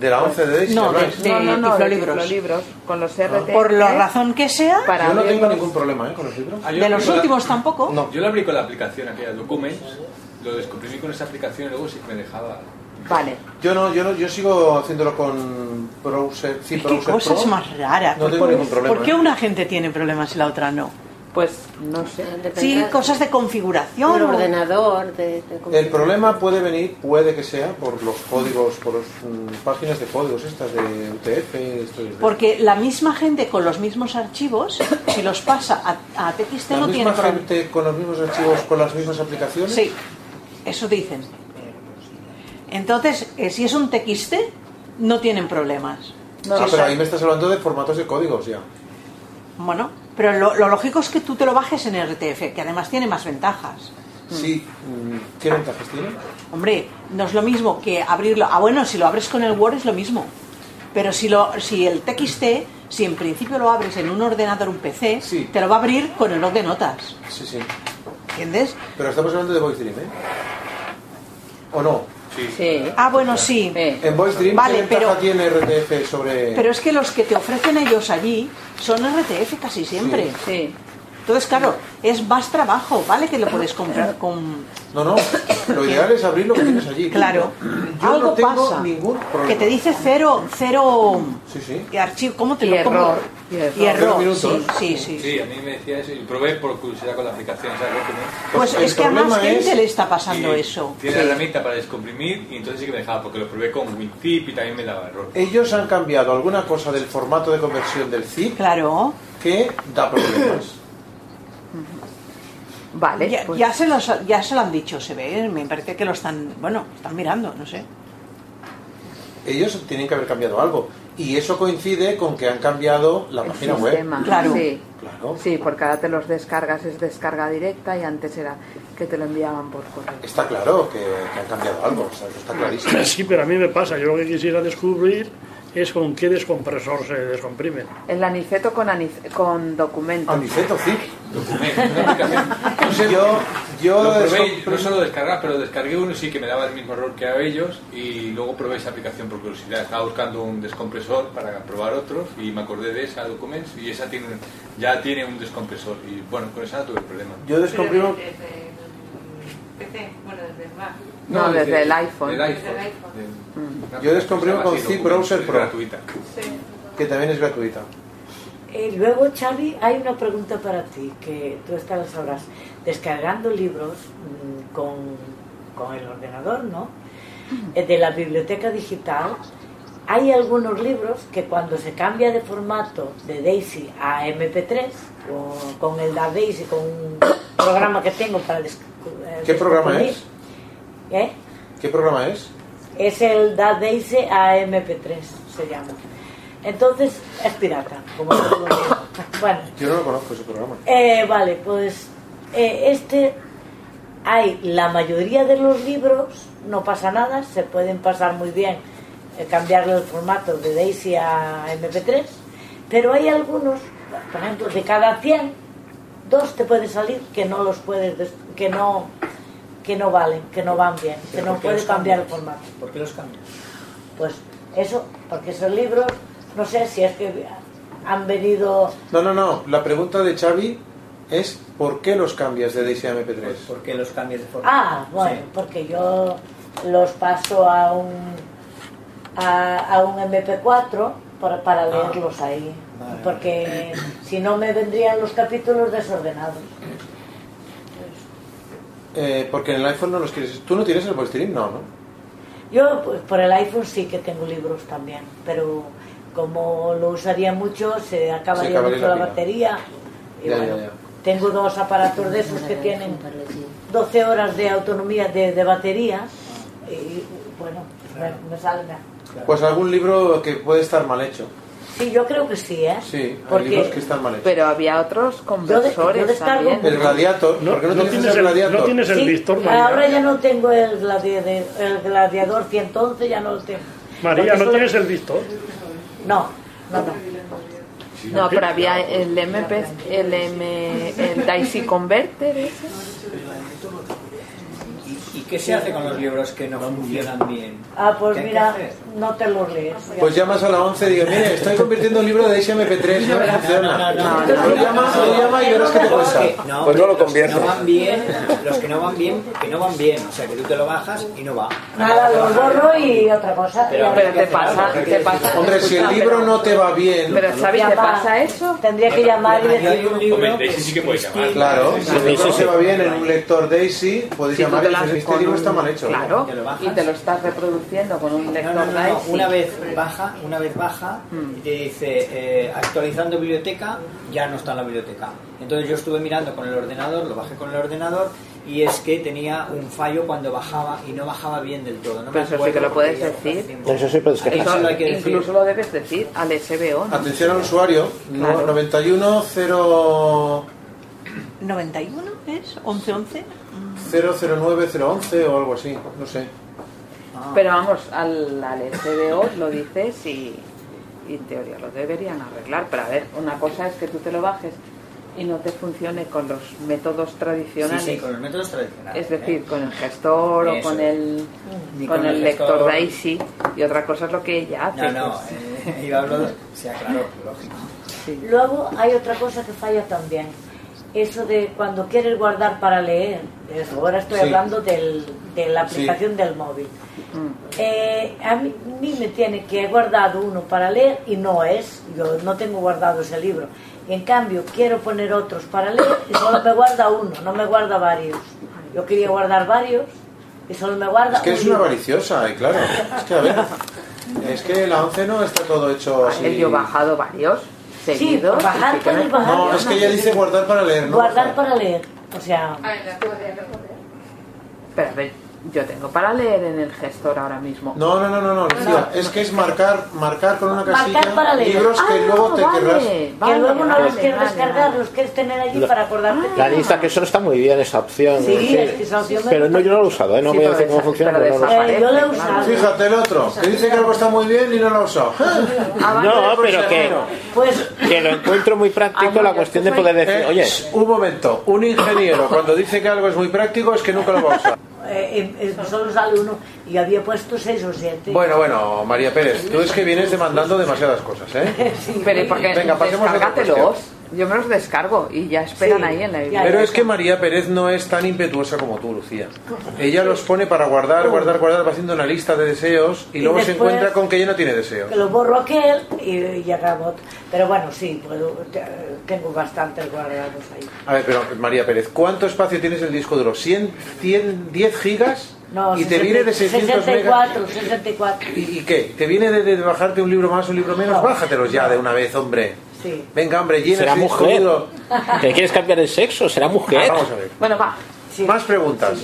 De la 11 de
No, de-
habláis?
de-
No, no, no, de
Tiflolibros.
Tiflolibros, con los RTFs.
Por la razón que sea,
para
Yo no
ver
tengo
los-
ningún problema, ¿eh? Con los libros.
Ah, yo
de
lo
los
abrí con la-
últimos tampoco.
Yo lo abrí con la aplicación aquella Documents, lo descomprimí con esa aplicación y luego sí que me dejaba.
Vale.
Yo no, yo no, yo sigo haciéndolo con browser, sí,
Qué
browser
cosas
Pro.
más raras.
No tengo
¿Por,
ningún problema,
por qué
¿eh?
una gente tiene problemas y la otra no?
Pues no sé.
Sí, cosas de configuración.
Del
o-
ordenador, de, de com-
El problema puede venir, puede que sea por los códigos, por las páginas de códigos estas de UTF, de esto y de-
Porque la misma gente con los mismos archivos, si los pasa a, a TXT,
la
este no tiene
misma
problema.
gente con los mismos archivos, con las mismas aplicaciones.
Sí, eso dicen. Entonces, eh, si es un TXT, no tienen problemas.
ah, pero ahí me estás hablando de formatos de códigos ya.
Mm. Bueno, pero lo, lo lógico es que tú te lo bajes en RTF, que además tiene más ventajas.
Sí, mm, ¿qué ventajas tiene?
Hombre, no es lo mismo que abrirlo. Ah, bueno, si lo abres con el Word es lo mismo. Pero si, lo, si el TXT, si en principio lo abres en un ordenador, un PC, te lo va a abrir con el log de notas.
Sí, sí.
¿Entiendes?
Pero estamos hablando de VoiceDream, ¿eh? ¿O no?
Ah, bueno, sí.
En Voice Dream,
Vale,
¿qué ventaja
pero-
tiene RTF sobre...?
Pero es que los que te ofrecen ellos allí son RTF casi siempre. Entonces, claro, es más trabajo, ¿vale? Que lo puedes comprar con...
No, no, lo ideal es abrir lo que tienes allí.
Claro.
Yo
Algo
no tengo
pasa.
ningún problema.
Que te dice cero, cero
Sí, sí.
archivo, ¿cómo te
Y
lo
error,
cómo-
y error.
Y error,
Cero minutos.
sí, sí, sí.
a mí me decía eso y probé por curiosidad con la aplicación. ¿sabes?
Pues es que a más gente le está pasando eso.
Tiene
Sí.
la herramienta para descomprimir y entonces sí que me dejaba porque lo probé con WinZip y también me daba error.
Ellos han cambiado alguna cosa del formato de conversión del zip
claro.
que da problemas.
Vale.
Ya,
pues-
ya se los, ya se lo han dicho, se ve, me parece que lo están, bueno, están mirando, no sé.
Ellos tienen que haber cambiado algo. Y eso coincide con que han cambiado la página
sistema,
web.
Sí.
Claro.
Sí, porque ahora te los descargas, es descarga directa y antes era que te lo enviaban por correo.
Está claro que, que han cambiado algo, o sea, eso está clarísimo.
Sí, pero a mí me pasa. Yo lo que quisiera descubrir es con qué descompresor se descomprimen.
El aniceto con, anic- con documento.
Aniceto, sí.
yo,
yo
lo probé,
descompré-
no solo descargar, pero descargué uno y sí que me daba el mismo error que a ellos y luego probé esa aplicación por curiosidad. Estaba buscando un descompresor para probar otros y me acordé de esa Documents y esa tiene, ya tiene un descompresor y bueno, con esa no tuve problema.
Yo descomprimo-
No, desde el iPhone.
del iPhone.
Desde el
Mm.
Del-
Yo descomprimo con
Sí,
Zip
Documents,
Browser
es
Pro.
gratuita.
Que también es gratuita.
Eh, luego, Xavi, hay una pregunta para ti, que tú esta la sabrás. Descargando libros mm, con, con el ordenador, ¿no? Eh, De la biblioteca digital, hay algunos libros que cuando se cambia de formato de Daisy a MP3, o con el da Daisy, con un programa que tengo para... desc- eh,
¿Qué programa
descomprimir,
es?
¿eh?
¿Qué programa es?
Es el Dad Daisy AMP3, se llama. Entonces, es pirata, como todo el mundo. Bueno,
Yo no lo conozco ese programa.
eh, vale, pues eh, este hay la mayoría de los libros, no pasa nada, se pueden pasar muy bien, eh, cambiarle el formato de Daisy a MP3, pero hay algunos, por ejemplo, de cada 100, dos te pueden salir que no los puedes, des- que no que no valen, que no van bien, que
¿Pero
no
por qué
puedes
los
cambiar el
cambias?
formato.
¿Por qué los cambias?
Pues eso, porque esos libros, no sé si es que han venido
No, no, no. La pregunta de Xavi es ¿por qué los cambias de Daisy a MP3?
Pues, ¿Por qué los cambias de formato?
Ah, bueno, porque yo los paso a un a, a un MP4 para, para leerlos ahí, porque si no me vendrían los capítulos desordenados.
Eh, porque en el iPhone no los quieres. ¿Tú no tienes el voice Dream? No, ¿no?
Yo pues, por el iPhone sí que tengo libros también, pero como lo usaría mucho se acabaría
acabaría la
mucho la,
pila.
batería. Y
Ya,
bueno,
ya, ya.
tengo dos aparatos de esos que tienen 12 horas de autonomía de, de batería y bueno, me, me salen.
Pues algún libro que puede estar mal hecho.
Sí, yo creo que sí, ¿eh?
Sí, hay
Porque-
libros que están mal hechos.
Pero había otros
Yo
conversores
de- yo descargo-
también.
El Gladiator. ¿Por qué no,
no
tienes,
tienes
el
el-
Gladiator?
no tienes el Sí, Víctor
Ahora ya no tengo el, gladiador, el gladiador 111, ya no lo tengo.
María,
Porque
¿no
solo-
tienes el Víctor?
No, no, no.
No, pero había el MP, el, M, el Daisy Converter. ese.
¿Y qué se hace con los libros que no funcionan bien?
Ah, pues
¿Qué hay que
mira,
hacer?
no te lo lees.
Pues llamas a la 11 y digo, mire, estoy convirtiendo un libro de Daisy a MP3. No,
No, no,
funciona.
no, no,
Lo llamas, lo llamas y verás que te cuesta.
Pues no lo conviertes.
No van bien, los que no van bien, que no van bien. O sea, que tú te lo bajas y no va.
Nada, lo borro y otra cosa.
Pero-
Y ahora-
pero te pasa- te pasa-
Hombre, si el
Escucha,
libro
pero-
no te va bien.
pero, ¿sabes
Llamar.
qué pasa
Tendría que llamar y
Hay
decir...
un libro
Hombre,
Daisy sí que puede llamar.
Claro,
Sí, sí,
si el
sí.
libro no
Sí,
te
sí.
va bien en un lector Daisy, podéis
Sí,
llamar
tú
y
te la
decir,
haces
este libro está mal hecho.
Claro, y te lo estás reproduciendo con un
No,
lector
no, no, no,
Daisy.
Una vez baja, una vez baja,
Hmm.
y te dice eh, actualizando biblioteca, ya no está en la biblioteca. Entonces yo estuve mirando con el ordenador, lo bajé con el ordenador y es que tenía un fallo cuando bajaba y no bajaba bien del todo. No me
Pero eso sí
acuerdo
que lo puedes
porque ya fue hace
decir.
tiempo.
Eso sí puedes quejar.
Eso lo hay que decir.
Incluso lo debes decir al SBO. ¿no?
Atención al usuario, no-
Claro.
91 0
¿91 es? ¿1111?
009 011 o algo así, no sé.
Pero vamos, al, al SBO lo dices y, y en teoría lo deberían arreglar. Pero a ver, una cosa es que tú te lo bajes y no te funcione con los métodos tradicionales.
Sí, sí, con los métodos tradicionales. ¿eh?
Es decir, con el gestor o
Eso
con
es. Mm.
el,
Ni
con
con
el,
el
lector
gestor.
DAISY y otra cosa es lo que ella hace.
No, no,
pues.
eh, yo hablo, de- sí, claro, lógico.
Luego hay otra cosa que falla también. Eso de cuando quieres guardar para leer. Eso, Ahora estoy
Sí.
hablando del- de la
Sí.
aplicación del móvil. Eh, a mí, a mí me tiene que he guardado uno para leer y no es. Yo no tengo guardado ese libro. En cambio, quiero poner otros para leer y solo me guarda uno, no me guarda varios. Yo quería guardar varios y solo me guarda
Es que
un
es una
libro.
maliciosa, y claro. Es que a ver. Es que la 11 no está todo hecho así.
Ah, Yo he bajado varios. seguidos,
bajar,
y que no-
puedes bajar.
No, es que ella dice guardar para leer, ¿no?
Guardar para leer. O sea,
Pero a ver, yo tengo para leer en el gestor ahora mismo.
No, no, no, no, no, Lucía, es que es marcar, marcar con una casilla
marcar para leer. Ah,
libros que luego te
vale,
querrás.
que luego no los
vale,
quieres
vale,
descargar, los quieres tener allí
Lo-
para acordarte.
La lista que solo está muy bien esa opción.
Sí, es que esa opción
pero no, yo no lo he usado, ¿eh? no
Sí,
voy a
pero
decir cómo
desa-
funciona. pero
pero
no lo he usado.
desaparece, Eh, yo lo he usado. Ah,
Fíjate el otro, que dice que algo está muy bien y no lo ha usado.
Ah,
No, pero que,
Pues
que lo encuentro muy
Ah,
práctico la cuestión de poder decir, oye,
Eh, un momento, un ingeniero cuando dice que algo es muy práctico es que nunca lo va a usar.
Eh, eh, solo sale uno y había puesto seis o siete.
Bueno, bueno, María Pérez, tú es que vienes demandando demasiadas cosas, ¿eh?
Pero ¿y por qué?
Venga, pasemos a otra
Descárgatelos. Yo me los descargo y ya esperan ahí en la biblioteca.
Pero es que María Pérez no es tan impetuosa como tú, Lucía. Ella los pone para guardar, guardar, guardar, va haciendo una lista de deseos y,
Y
luego se
después-
encuentra con que ella no tiene deseos.
Que lo borro aquel y, y acabo otro. Pero bueno, sí, puedo, te- tengo bastantes guardados ahí.
A ver, pero María Pérez, ¿cuánto espacio tienes el disco duro? ¿100, 100, 10 gigas?
No,
y te viene de 600 megas.
64, 64.
¿Y qué? ¿Te viene de, de bajarte un libro más, un libro menos?
No.
Bájatelos ya de una vez, hombre.
Sí.
Venga, hombre, llena
será
ese disco
mujer.
duro.
¿Que quieres cambiar el sexo? ¿Será mujer?
Ah, vamos a ver.
Bueno, va.
Más preguntas.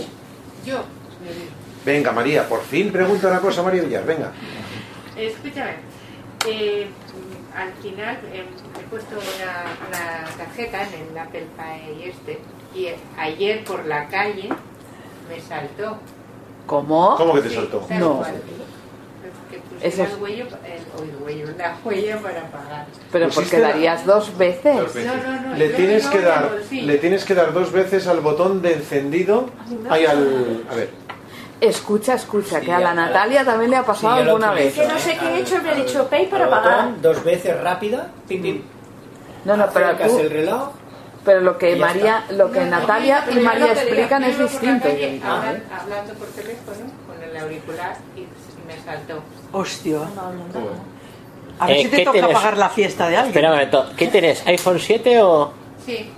Yo.
Venga, María, por fin pregunta una cosa, María Villar, venga.
Escúchame. eh, al final eh, he puesto una, una tarjeta en el Apple Pay este y eh, ayer por la calle me saltó.
¿Cómo?
¿Cómo que te
Sí,
saltó?
tal
No.
cual. Que puse
Eso es-
el huello, el, el huello, la huella para pagar.
Pero
Pusiste
porque
la-
darías dos veces.
No, no, no.
Le
yo
tienes
no
que
en
dar,
el bolsillo.
le tienes que dar dos veces al botón de encendido.
Ay, no.
Ahí al, a ver.
Escucha, escucha, que a
ya,
la Natalia también le ha pasado
Sí, ya lo
alguna vez.
utilizo, Que no
sé qué he hecho, me ha dicho pay
Al botón, Dos veces rápida, Ah. pim, pim.
No, no, pero
Acercas
tú-
el reloj.
Pero lo que
Y ya
María, lo que
No, no,
Natalia
pero
y
yo
María
no te digo,
explican
yo
es
iba por la
distinto.
calle hablan- Ah, hablando por teléfono con el auricular y me saltó.
Hostia. A ver
Eh,
si te
¿qué
toca
tienes?
pagar la fiesta de alguien.
Espera un momento, ¿qué tienes? ¿iPhone 7 o...?
Sí,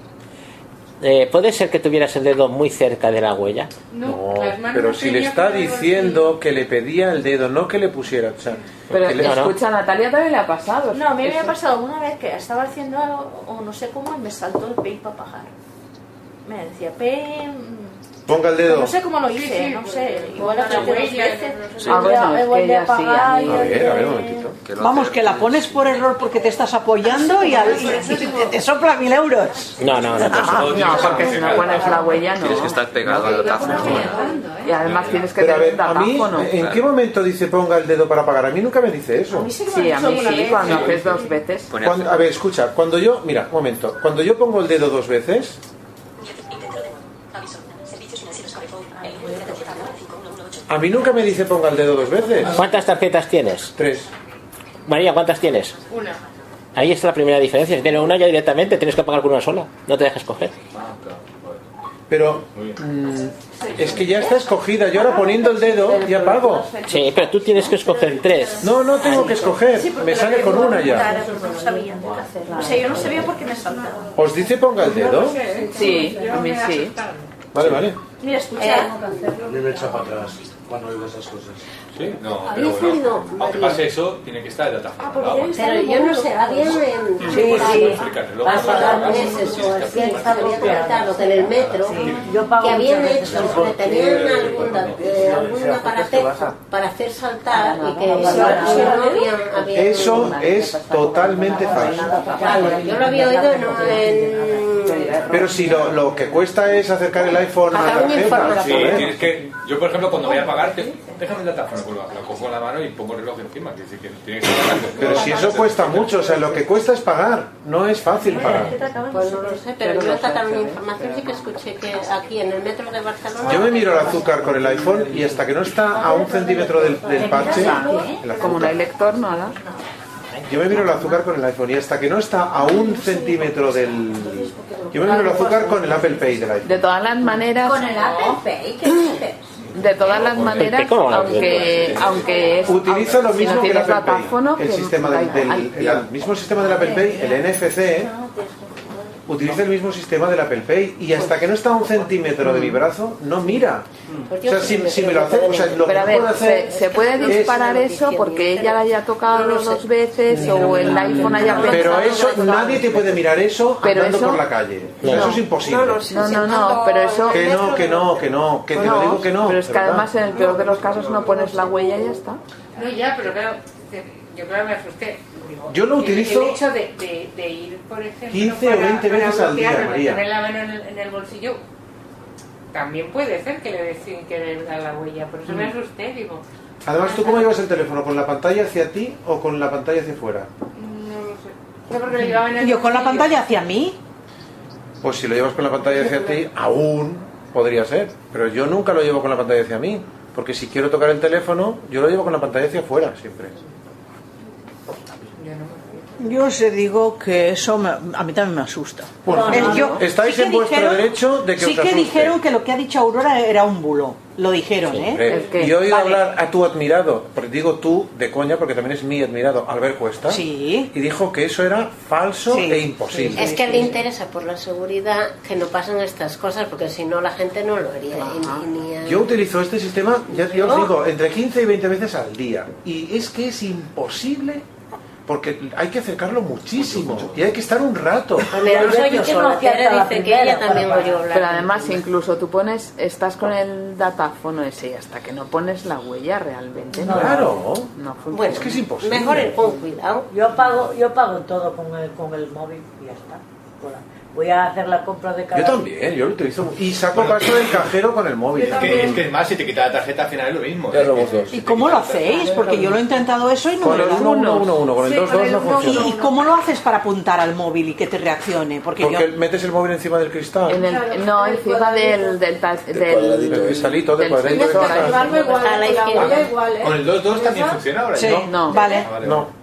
eh, ¿Puede ser que tuvieras el dedo muy cerca de la huella?
no,
No,
las manos
pero
no
si le
tenía
está
para el
diciendo que le pedía el dedo, no que le pusiera. o sea,
Pero
que le-
escucha, a Natalia también le ha pasado.
No, a mí me ha
Eso-
pasado una vez que estaba haciendo algo, o no sé cómo, y me saltó el pay para pagar. Me decía, pay... mm,
Ponga el dedo.
No sé cómo lo
Sí,
hice,
sí,
no
porque
sé.
con
Igual
la
apreté dos
huella,
veces.
Ah, bueno,
me
es que
volví a
ella sí,
pagar
a
y
mí- A ver, a ver,
otra
un
vez.
Vamos, que la pones por error porque te estás
Ah,
apoyando y, al- y- y te, te sopla mil euros.
No, no, no.
Ah, no, porque si no pones la huella, no.
Tienes que estar pegado al tazo.
Y además tienes que
Pero a
tener un
ver, a mí, eh,
datáfono.
¿en qué momento dice ponga el dedo para pagar? A mí nunca me dice eso.
Sí, a mí sí, cuando haces dos veces.
Cuando- a ver, escucha, cuando yo, mira, un momento, cuando yo pongo el dedo dos veces, a mí nunca me dice ponga el dedo dos veces.
¿Cuántas tarjetas tienes?
Tres.
María, ¿cuántas tienes?
Una.
Ahí está la primera diferencia. Si tienes una ya directamente, tienes que pagar con una sola. No te dejas coger.
Ah,
Pero mm, es que ya está escogida, yo ahora poniendo el dedo ya pago.
Sí, pero tú tienes que escoger tres.
No, no tengo que escoger, me sale con una ya.
No sabía qué hacer. O sea, yo no sabía por qué me saltaba.
¿Os dice ponga
Pues
el dedo?
Sí, a mí sí.
Vale, vale.
Mira,
Eh,
escucha.
A mí me echa para atrás cuando oigo esas cosas. ¿Sí? No,
Había
pero
salido
bueno, aunque
María.
pase eso, tiene que estar el datáfono.
porque
Ah, bueno.
Pero yo no sé, había un...
Sí, sí.
Para pagar meses o así, había comentado que en el metro que habían hecho, que tenían alguna, eh, algún aparatejo para hacer saltar y que si no había... había-
Eso es totalmente falso.
Vale, yo lo había oído en, en,
Pero si lo, lo que cuesta es acercar el iPhone a la
Apagar un
tarjeta.
Sí, tienes que, yo, por ejemplo, cuando voy a pagar, te- déjame el datáfono, pues lo, lo cojo con la mano y pongo el reloj encima. Que sí, que tienes que pagar.
Pero si eso cuesta mucho, o sea, lo que cuesta es pagar, no es fácil pagar.
Pues no lo sé, pero yo esta también información sí que escuché que aquí en el metro de Barcelona.
Yo me miro el azúcar con el iPhone y hasta que no está a un centímetro del, del parche, el azúcar.
Como no hay lector, nada.
yo me miro el azúcar con el iPhone y hasta que no está a un centímetro del... Yo me miro el azúcar con el Apple Pay del iPhone.
De todas las maneras. Oh.
Con el Apple Pay, ¿qué dices?
De todas las maneras,
¿Cómo la
aunque,
entiendo?
aunque es.
Utilizo lo
si
mismo
no
que el
tienes
Apple Pay.
datáfono,
El,
que-
sistema del, del-
Ay,
el al- mismo sistema del Apple Pay, el NFC, utiliza el mismo sistema del Apple Pay
Pues
y hasta que no está a un centímetro
Mm.
de mi brazo, no mira.
Pues
O sea, si, si me lo hace, o sea, lo que
Pero a
puedo
ver,
hacer
se, se puede
es-
disparar eso porque ella la haya tocado dos veces o el iPhone haya pensado.
Pero eso, nadie te puede mirar eso
Pero
andando
eso-
por la calle.
No.
Eso es imposible.
No, no, no, pero eso.
Que no, que no, que no, que te lo
No,
digo que no.
Pero es que
¿verdad?
además en el peor de los casos no pones la huella y ya está.
No, ya, pero claro, te- yo claro me asusté. Digo,
Yo lo
el-
utilizo
El hecho de, de- de ir, por ejemplo,
15 o 20
para
veces al día,
bloquearlo,
María.
Poner la mano en el, en el bolsillo también puede ser que le des sin querer a la huella. Por eso
Mm.
me asusté, digo,
Además, ¿tú cómo llevas el teléfono? ¿Con la pantalla hacia ti o con la pantalla hacia afuera?
no lo sé. No, porque lo llevaba en el
Yo con la
bolsillo.
pantalla hacia mí,
Pues si lo llevas con la pantalla hacia ti, aún podría ser. Pero yo nunca lo llevo con la pantalla hacia mí. Porque si quiero tocar el teléfono, yo lo llevo con la pantalla hacia afuera siempre.
yo os digo que eso me- a mí también me asusta.
Bueno,
Es- yo-
estáis
sí que
en vuestro
dijeron-
derecho de que
Sí
os
que
asuste.
dijeron que lo que ha dicho Aurora era un bulo. Lo dijeron, ¿eh?
Hombre, Yo he oído hablar a tu admirado, porque digo tú de coña, porque también es mi admirado, Albert Cuesta. Y dijo que eso era falso e imposible.
Es que le interesa por la seguridad que no pasen estas cosas, porque si no la gente no lo haría. y- y ni a-
Yo utilizo este sistema, ya, ya os digo, entre 15 y 20 veces al día. Y es que es imposible porque hay que acercarlo muchísimo y hay que estar un rato.
Pero soy yo sola, que ahora dice que ella también oyó hablar.
Pero además incluso tú pones, estás con el datáfono ese y hasta que no pones la huella realmente. No,
Claro.
No funciona.
Bueno, Mejor el con cuidado.
Yo pago, yo pago todo con el, con el móvil y ya está. Hola. Voy a hacer la compra de cada
Yo también, yo lo utilizo. mu- Y saco paso del cajero con el móvil.
Es que, es que más si te quita la tarjeta al final es lo mismo. ¿eh? Ya somos dos.
¿Y cómo lo hacéis? Porque yo lo he intentado eso y no
Con
me
el
da.
1-1-1, con el Sí, 2-2 no con el funciona.
¿Y
1-1-1.
cómo lo haces para apuntar al móvil y que te reaccione? Porque,
Porque
yo...
metes el móvil encima del cristal.
En el- no, encima del... del, ta- del-
Del cristalito, del
del
cuadradito.
sensor.
del cristal.
A la izquierda.
Con el 2-2 también funciona ahora.
Sí,
no.
Vale.
No.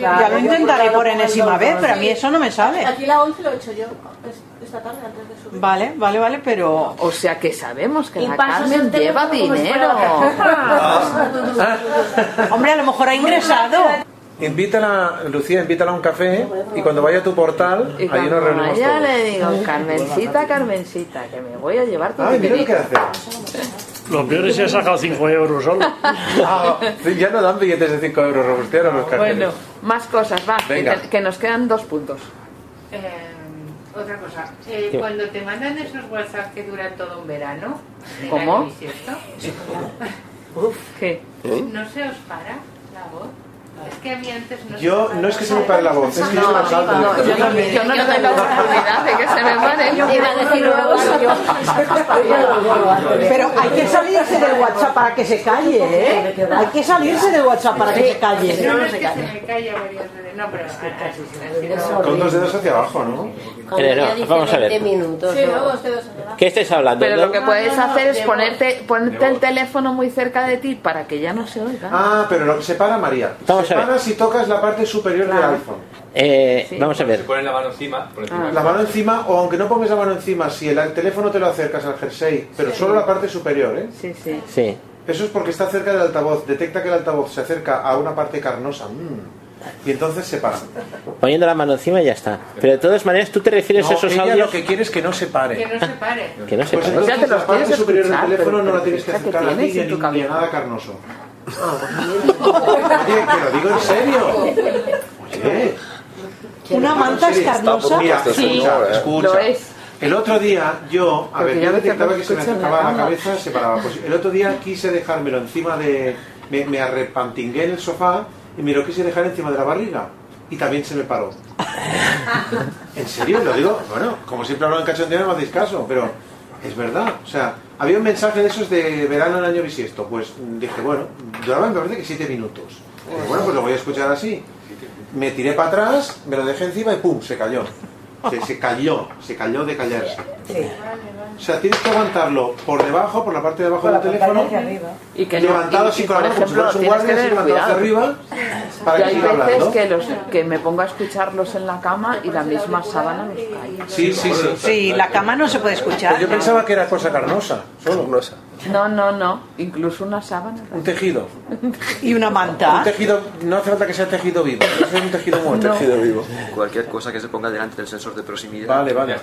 ya lo intentaré por enésima vez, pero a mí eso no me sale.
Aquí la 11 lo he hecho yo es- esta tarde antes de subir.
Vale, vale, vale, pero...
O sea que sabemos que
Y
la
pasas
Carmen
el
lleva
teléfono como si fuera
dinero.
Hombre, a lo mejor ha ingresado.
Invítala, Lucía, invítala a un café y cuando vaya a tu portal,
Y
ahí nos
cuando
reunimos
vaya
todos.
le digo, Carmencita, Carmencita, que me voy a llevar tu
Ay, mira lo que
dinerito".
hace.
Lo peor es que ha sacado 5 euros solo.
Ah, ya no dan billetes de 5 euros robustianos los carteles.
Bueno, más cosas, va, que,
Venga.
te- que nos quedan dos puntos.
Eh, otra cosa, eh,
Sí.
cuando te mandan esos WhatsApp que duran todo un verano, del
¿Cómo?
año bisiesto,
¿Qué?
¿Eh?
¿no se os para la voz? Es que a mí antes no
Yo, no es que se me pare la voz, es que yo la salto.
no, yo no- yo no le doy la oportunidad de que se me pare.
Yo iba a decir una cosa,
Pero hay que salirse del WhatsApp para que se calle, ¿eh? Hay que salirse del WhatsApp para que se calle.
No, no es que se me calla varias veces. No, pero. ah,
Con dos dedos hacia abajo, ¿no?
Cuando
Pero no,
ya dice
vamos a ver.
20 minutos,
Sí,
¿no?
luego ustedes se llevan.
¿Qué estáis hablando?
Pero lo que
¿No?
puedes
no,
hacer es
de
ponerte, ponerte el teléfono muy cerca de ti para que ya no se oiga.
Ah, pero lo que separa, María.
Vamos a ver.
Separa si tocas la parte superior del iPhone.
Eh, Vamos a ver.
Se ponen la mano encima. Por encima.
Ah. La mano encima, o aunque no pongas la mano encima, si el teléfono te lo acercas al jersey, pero solo la parte superior, ¿eh?
Sí, sí.
Sí.
Eso es porque está cerca del altavoz. Detecta que el altavoz se acerca a una parte carnosa. mm, y entonces se para.
Poniendo la mano encima y ya está. Pero de todas maneras, ¿tú te refieres a
No,
esos
ella
audios?
lo que quiere es que no se pare.
Que no se pare.
Que no se
Pues
pare.
entonces
Ya te los
la parte
tienes que
superior del
escuchar,
teléfono
pero-
no la
pero
tienes que
piensa que
acercar a ti
tienes
ni,
en tu
ni
cabeza.
a nada carnoso. Oye, que lo digo en serio. Oye.
¿Una manta es
Sí, está
carnosa?
por- Mira, escucha, escucha.
Lo es.
El otro día yo, a
Porque
ver,
ya
yo
ves que
detectaba
cuando
que se me
escuchan la
acercaba a la
cama.
cabeza, se paraba. Pues el otro día quise dejármelo encima de. Me, me arrepantingué en el sofá y me lo quise dejar encima de la barriga. y también se me paró. ¿En serio? Lo digo, bueno, como siempre hablo en cachondeo no me hacéis caso, pero es verdad. O sea, había un mensaje de esos de verano en año bisiesto. Pues dije, bueno, duraba me parece que siete minutos. Dije, bueno, pues lo voy a escuchar así. Me tiré para atrás, me lo dejé encima y ¡pum! se cayó. Se, se cayó, se cayó de callarse. O sea, tienes que aguantarlo por debajo, por la parte de abajo del teléfono,
Y que no-
levantado
y-
así
y,
con la
por
mano, como si
ejemplo,
fueras un
tienes que
guardia, así levantado
tener
hacia
cuidado.
arriba, para
Y
que
hay
siga
veces
hablando.
que, los, que me pongo a escucharlos en la cama y la misma sábana nos cae.
Sí, sí, sí.
Sí, la cama no se puede
Pero
escuchar.
Pues yo pensaba que era cosa carnosa, solo.
No, no, no. Incluso una sábana.
Un tejido.
Y una manta.
Un tejido, no hace falta que sea tejido vivo, puede ser un tejido muerto.
Tejido
vivo.
Cualquier cosa que se ponga delante del sensor de proximidad.
Vale, vale.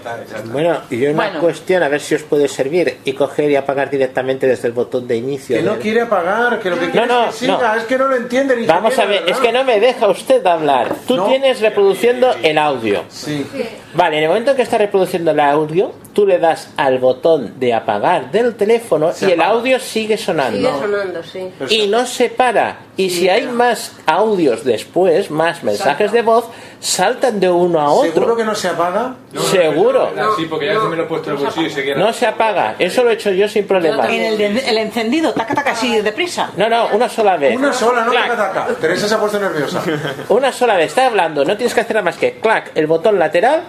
Bueno, y una
Bueno.
cuestión, a ver si os puede servir, y coger y apagar directamente desde el botón de inicio.
Que no
del-
quiere apagar, que lo que
No,
quiere
no,
es que siga,
no.
es que no lo entiende ni
Vamos a
siquiera,
ver,
¿verdad?
es que no me deja usted hablar. Tú tienes reproduciendo el audio.
Sí.
Vale, en el momento en que está reproduciendo el audio, tú le das al botón de apagar del teléfono y el audio sigue
Sigue
sonando.
sonando, sí.
Y no se para. Y si hay más audios después, más mensajes de voz, saltan de uno a otro. ¿Seguro que
no se apaga?
Seguro.
Ah, sí, porque ya se me lo he puesto en el bolsillo y se queda.
No se apaga. Eso lo he hecho yo sin problema.
En el, de- el encendido, taca, taca, así deprisa.
No, no, una sola vez.
Una sola, no,
Clac.
taca, taca. Teresa
se ha puesto nerviosa.
Una sola vez, está hablando, no tienes que hacer nada más que clac, el botón lateral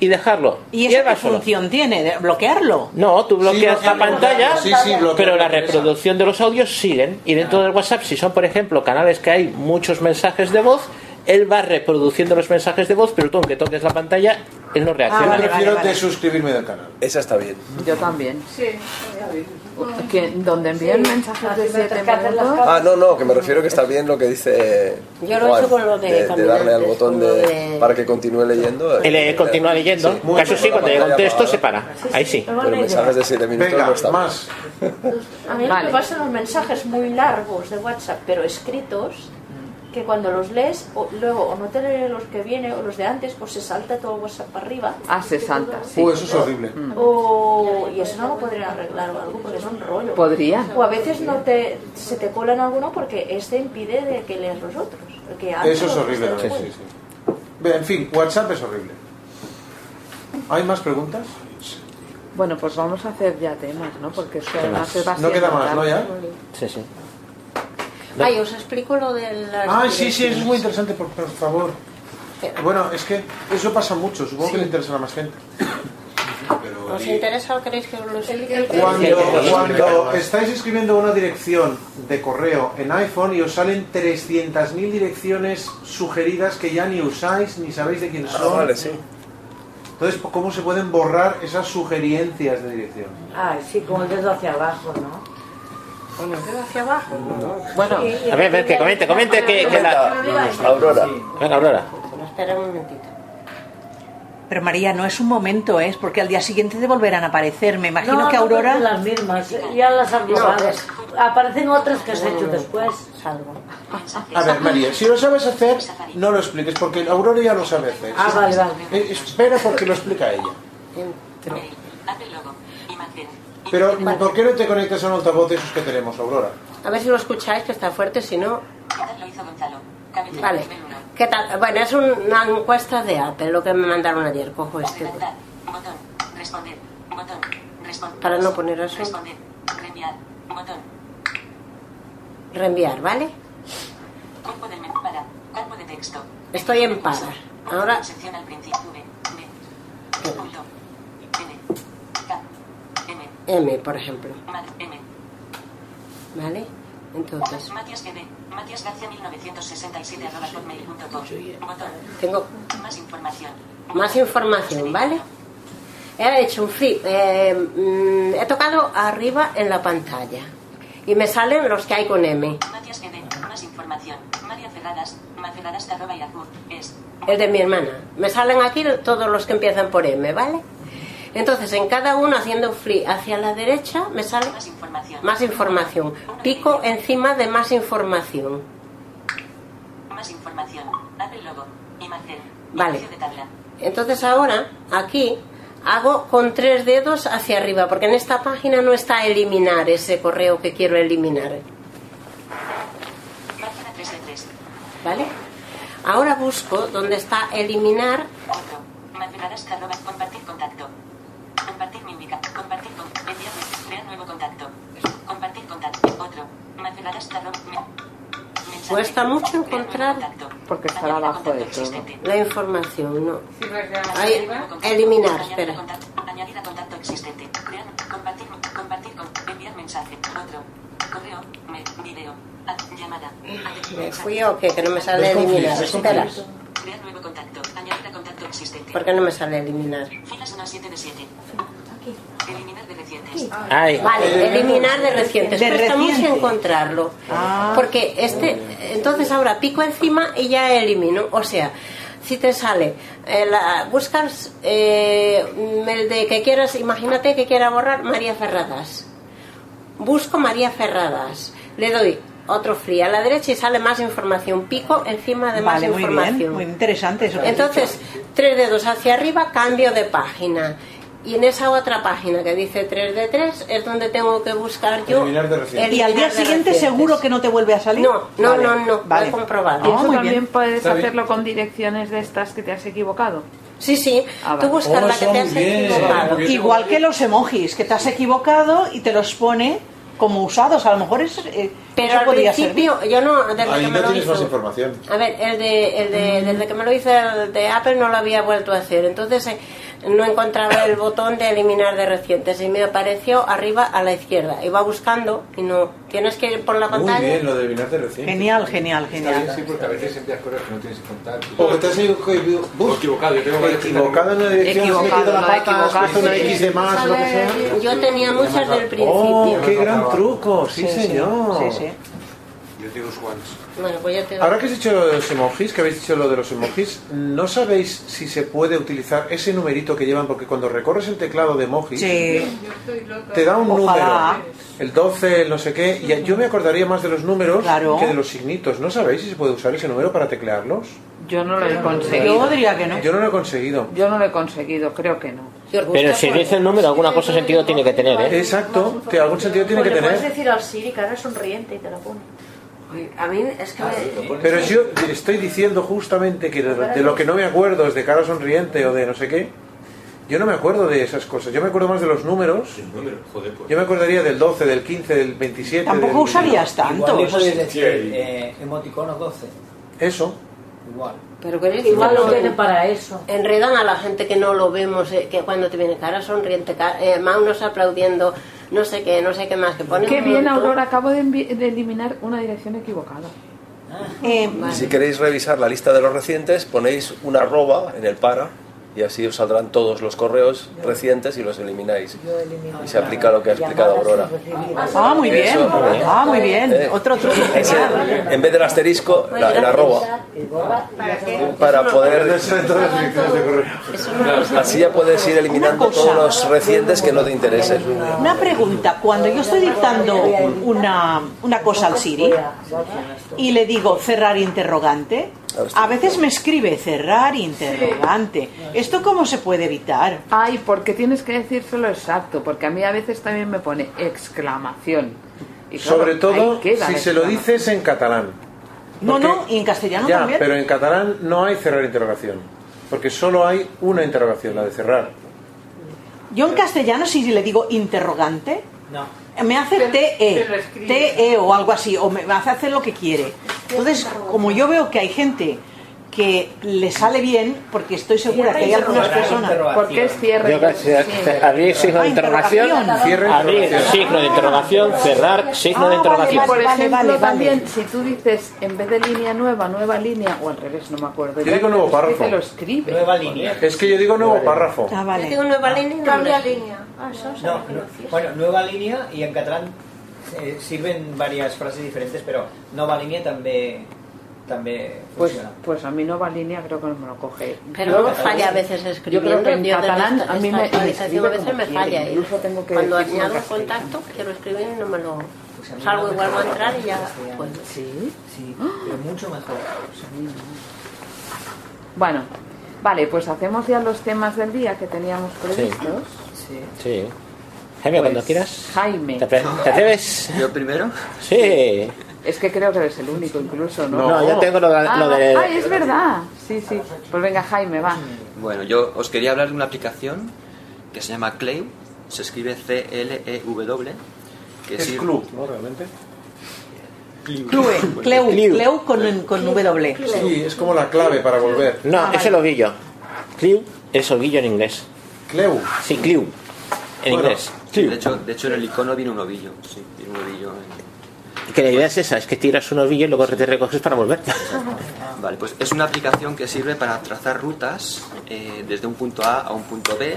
y dejarlo.
¿Y eso
él va
qué
solo.
función tiene? ¿De ¿Bloquearlo?
No, tú bloqueas la
bloquearlo.
pantalla,
Sí, sí, bloquearlo,
pero la
Teresa.
reproducción de los audios siguen. Y dentro del WhatsApp, si son, por ejemplo, canales que hay muchos mensajes de voz, él va reproduciendo los mensajes de voz, pero tú, aunque toques la pantalla, él no
Ah,
reacciona.
Yo prefiero desuscribirme del canal.
Esa está bien.
Yo también. Que donde envían
Sí.
mensajes
Así
de
me
siete
toca hacer las
minutos.
Ah, no, no, que me refiero que está bien lo que dice.
Yo lo he
Juan,
hecho con lo de
darle al
caminantes,
botón
con lo
de,
de-
para que continúe leyendo.
Él eh, continúa leyendo.
Sí.
Eso sí, cuando llega un texto, se para.
Sí,
Ahí sí.
Pero mensajes de 7 minutos
Venga,
no están.
más.
A mí
Vale.
lo que pasa son los mensajes muy largos de WhatsApp, pero escritos, que cuando los lees, o- luego o no te lee los que vienen o los de antes, o se salta todo el WhatsApp para arriba.
Ah, se salta, sí. Mm.
Uh, eso es horrible.
O, y eso no lo podrían arreglar o algo porque es un rollo.
Podrían.
O a veces no te, se te colan alguno porque este impide de que leas los otros. porque antes
Eso es
los
horrible
otros
también.
te
Sí, sí. Ve, En fin, WhatsApp es horrible. ¿Hay más preguntas?
Bueno, pues vamos a hacer ya temas, ¿no? Porque es que además se va
No queda
haciendo
más, ¿no?
tarde.
Ya.
Sí, sí.
Mm.
Ay, os explico lo de las.
Ay, Ah, sí, sí, eso es
direcciones.
muy interesante, por, por favor. Bueno, es que eso pasa mucho, supongo que le interesa a más gente.
¿Os interesa o queréis que os lo explique?
Cuando,
Sí.
cuando estáis escribiendo una dirección de correo en iPhone y os salen 300.000 direcciones sugeridas que ya ni usáis ni sabéis de quién
Ah,
son.
vale, sí.
Entonces, ¿cómo se pueden borrar esas sugerencias de dirección?
Ah, sí, con el dedo hacia abajo, ¿no?
Con el dedo hacia abajo.
Bueno, a ver, a ver, que comente, comente que, que la...
Aurora.
Venga, Aurora.
Espera un momentito.
Pero María, no es un momento, ¿eh? es porque al día siguiente te volverán a aparecer. Me imagino
No,
que
no,
Aurora...
no, las mismas, ya las han borrado.
No, es-
Aparecen otras que has hecho después.
Salvo.
A ver, María, si lo sabes hacer, no lo expliques, porque Aurora ya lo sabe hacer.
Ah, vale, vale.
Eh, Espera porque lo explica ella. Pero, ¿por qué no te conectas a un altavoz de esos que tenemos, Aurora?
A ver si lo escucháis, que está fuerte, si no. Vale. ¿Qué tal? Bueno, es una encuesta de Apple, lo que me mandaron ayer. Cojo este.
Botón. Responder. Botón. Responder.
Para no poner eso.
Responder. Reenviar. Botón.
Reenviar, ¿vale?
Cuerpo del menú. Para. Campo de texto.
Estoy en para. Ahora.
Sección al principio. V. B. Punto. N. K. M.
M, por ejemplo.
Mat. M.
¿Vale? Entonces,
Matías GB. Matías García 1967 arroba hotmail.com. Botón.
tengo
Más información.
más información, ¿vale? He hecho un flip. eh, mm, he tocado arriba en la pantalla. Y me salen los que hay con M.
Matías GB. E. Más información. María Ferradas. Maferradas arroba yahoo. Es.
El de mi hermana. Me salen aquí todos los que empiezan por M, ¿vale? Entonces, en cada uno haciendo flip hacia la derecha, me sale
Más información.
más información. Pico encima de más información.
Más información. Abre logo. Imagen.
Vale.
Inicio de tabla.
Entonces ahora, aquí, hago con tres dedos hacia arriba, porque en esta página no está eliminar ese correo que quiero eliminar.
Página 3 de 3.
¿Vale? Ahora busco donde está eliminar
Otro. Madrugadas arroba compartir contacto. Compartir mi ubicación. Compartir con. Enviar mensaje. Crear nuevo contacto. Compartir contacto. Otro. Madrugadas arroba. me- mensaje.
Cuesta mucho
Crear nuevo
encontrar-
contacto.
Porque estará abajo de todo.
la información, no.
Si vas a-
Ahí, eliminar, espera.
Añadir a contacto existente. Crear, compartir, compartir con, enviar mensaje. Otro. Correo, me, video, ad- llamada. ad-
¿Me
mensaje.
fui o qué? Que no me sale eliminar. Espera,
Crear nuevo contacto. Añadir a contacto existente.
¿por qué no me sale eliminar?
Filas 1 a 7 de 7. Eliminar de recientes.
Ay. Vale,
Eh.
eliminar de recientes.
De
Cuesta mucho
reciente.
encontrarlo.
Ah.
Porque este, entonces ahora pico encima y ya elimino. O sea, si te sale, eh, la- buscas eh, el de que quieras, imagínate que quiera borrar María Ferradas. Busco María Ferradas. Le doy otro free a la derecha y sale más información. Pico encima de más
Vale, muy
información.
bien, muy interesante eso. que has
Entonces, tres dedos hacia arriba, cambio de página. Y en esa otra página que dice 3 de 3 es donde tengo que buscar yo.
Eliminar de recientes.
Y al día siguiente seguro que no te vuelve a salir. No,
no, no, no, lo he comprobado.
Ah,
Y eso
muy
también
bien.
¿Puedes
Está bien.
hacerlo con direcciones de estas que te has equivocado? Ah,
Sí, sí.
Tú buscas
Oh,
la que te has equivocado. Igual que los emojis, que te has equivocado y te los pone como usados. A lo mejor eso, eh,
Pero
eso
al
podría
principio, yo no, desde que
Ahí no
me lo
tienes Mm.
hizo.
más información.
A ver, el de, el de- desde que me lo hice el de Apple no lo había vuelto a hacer. Entonces eh, no encontraba el botón de eliminar de recientes y me apareció arriba a la izquierda. Iba buscando y no. Tienes que ir por la
Muy
pantalla.
bien, lo de eliminar de recientes.
Genial, genial,
Está bien, sí, porque a veces envías cosas que no tienes que contar.
O que te has equivocado.
O equivocado, yo tengo varias que
Equivocado en la dirección, has
Equivocado,
metido la
no,
pata, has
equivocado,
puesto una
sí.
X de más, lo que sea.
Yo tenía muchas del principio.
¡Oh, qué gran truco! Sí,
Sí, sí.
señor.
Sí, sí.
Yo digo Swans.
Bueno, pues ya te
Ahora que has dicho lo de los emojis, que habéis dicho lo de los emojis, ¿no sabéis si se puede utilizar ese numerito que llevan? Porque cuando recorres el teclado de emojis,
Yo estoy loca.
te da un
Ojalá.
número, el 12, el no sé qué, y yo me acordaría más de los números que de los signitos. ¿No sabéis si se puede usar ese número para teclearlos?
Yo no lo he conseguido.
Yo no lo he conseguido.
Yo no lo he conseguido, creo que no.
Pero
pues,
si dice el número, alguna cosa sentido tiene que tener, ¿eh?
Exacto, que algún sentido
Pues le puedes decir al Siri que ahora es sonriente y te la pone.
A mí es que
Pero yo estoy diciendo justamente que de, de lo que no me acuerdo es de cara sonriente o de no sé qué. Yo no me acuerdo de esas cosas. Yo me acuerdo más de los números.
pues.
Yo me acordaría del 12, del 15, del 27.
Tampoco
del-
usarías tantos.
Igual le puedes decir
Sí.
eh, emoticono 12.
Eso.
Igual.
Pero que
Igual lo tiene
tienen para eso. Enredan a la gente que no lo vemos, eh, que cuando te viene cara sonriente, ca- eh, manos aplaudiendo, no sé qué, no sé qué más. Que ponen
Qué
un
bien,
montón.
Aurora, acabo de, envi- de eliminar una dirección equivocada.
Ah,
Eh,
Si queréis revisar la lista de los recientes, ponéis una arroba en el para y así os saldrán todos los correos recientes y los elimináis. Y se aplica lo que ha explicado Aurora.
Ah, muy bien.
Eso, muy bien.
Ah, muy bien. Otro truco.
Ese, en vez del asterisco, la, el arroba, para poder... Así ya puedes ir eliminando todos los recientes que no te interesen.
Una pregunta, cuando yo estoy dictando una, una cosa al Siri y le digo cerrar interrogante, a veces me escribe cerrar interrogante. ¿Esto cómo se puede evitar?
Ay, porque tienes que decírselo exacto, porque a mí a veces también me pone exclamación. Y claro,
Sobre todo
ahí queda
si
la
se lo
exclamación.
dices en catalán.
No,
Porque-
no, y en castellano
Ya,
también.
pero en catalán no hay cerrar interrogación. Porque solo hay una interrogación, la de cerrar.
Yo en castellano si le digo interrogante,
No.
me hace E. TE, TE E o algo así, o me hace hacer lo que quiere. Entonces, como yo veo que hay gente que le sale bien, porque estoy segura que hay algunas personas...
Porque es cierre.
Yo casi abrir
Ah,
signo de interrogación, interrogación. abrir signo de interrogación, cerrar signo de
Y
interrogación.
por ejemplo,
Ah, vale, vale.
también, si tú dices en vez de línea nueva, nueva línea, o al revés, no me acuerdo.
Yo digo nuevo párrafo.
Te Pues lo escribe.
Es que yo digo nuevo párrafo.
Ah,
Yo tengo nueva línea y no
Cambia
me-
línea.
No, no. Bueno, nueva línea y en catalán eh, sirven varias frases diferentes, pero nova línea també també
Pues,
funciona.
pues a mí nueva línea creo que no me lo coge.
Pero luego falla a veces escribiendo.
Yo creo que en
Yo de
catalán
esta-
a mí
esta
me- me,
actualización
escribe
a veces
como
me
quiere,
falla. y
Incluso tengo que
Cuando
decirlo en
añado un
castellano.
contacto, quiero escribir y no me lo...
Pues a mí
Salgo
no me
igual a
sale
entrar y ya...
castellano.
vuelvo.
pues, Sí,
sí, pero mucho mejor. Pues a mí no.
Bueno, vale, pues hacemos ya los temas del día que teníamos previstos.
Sí. Jaime, cuando quieras.
Jaime.
¿Te, atre- te atreves?
¿Yo primero?
Sí.
Es que creo que eres el único incluso, ¿no?
No, No. yo tengo lo de-
Ah,
lo de-
Ay, es verdad. Sí, sí. Pues venga, Jaime, va.
Bueno, yo os quería hablar de una aplicación que se llama Clew, se escribe C-L-E-W. Que
Es
sirve-
club, ¿no? Realmente.
Clue, Cleu, Cleu con, con W.
Sí, es como la clave para volver.
No,
Ah,
es el ovillo. Clew es ovillo en inglés.
¿Clew?
Sí, clew. En
Bueno,
inglés.
sí, de, hecho, de hecho, en el icono viene un ovillo. Sí, viene un ovillo. en-
Que la idea es esa, es que tiras un ovillo y luego te recoges para volver.
Vale, pues es una aplicación que sirve para trazar rutas eh, desde un punto A a un punto B.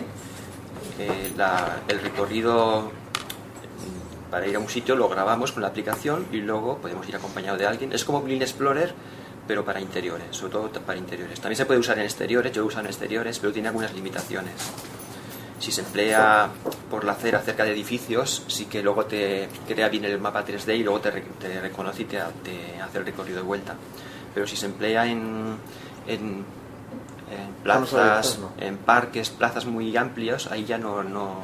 Eh, la- el recorrido mm, para ir a un sitio lo grabamos con la aplicación y luego podemos ir acompañado de alguien. Es como Blind Explorer, pero para interiores, sobre todo para interiores. También se puede usar en exteriores, yo lo he usado en exteriores, pero tiene algunas limitaciones. Si se emplea por la acera cerca de edificios, sí que luego te crea bien el mapa 3D y luego te, re- te reconoce y te, ha- te hace el recorrido de vuelta. Pero si se emplea en, en, en
Vamos a ver,
plazas,
claro,
en parques, plazas muy amplios, ahí ya no, no,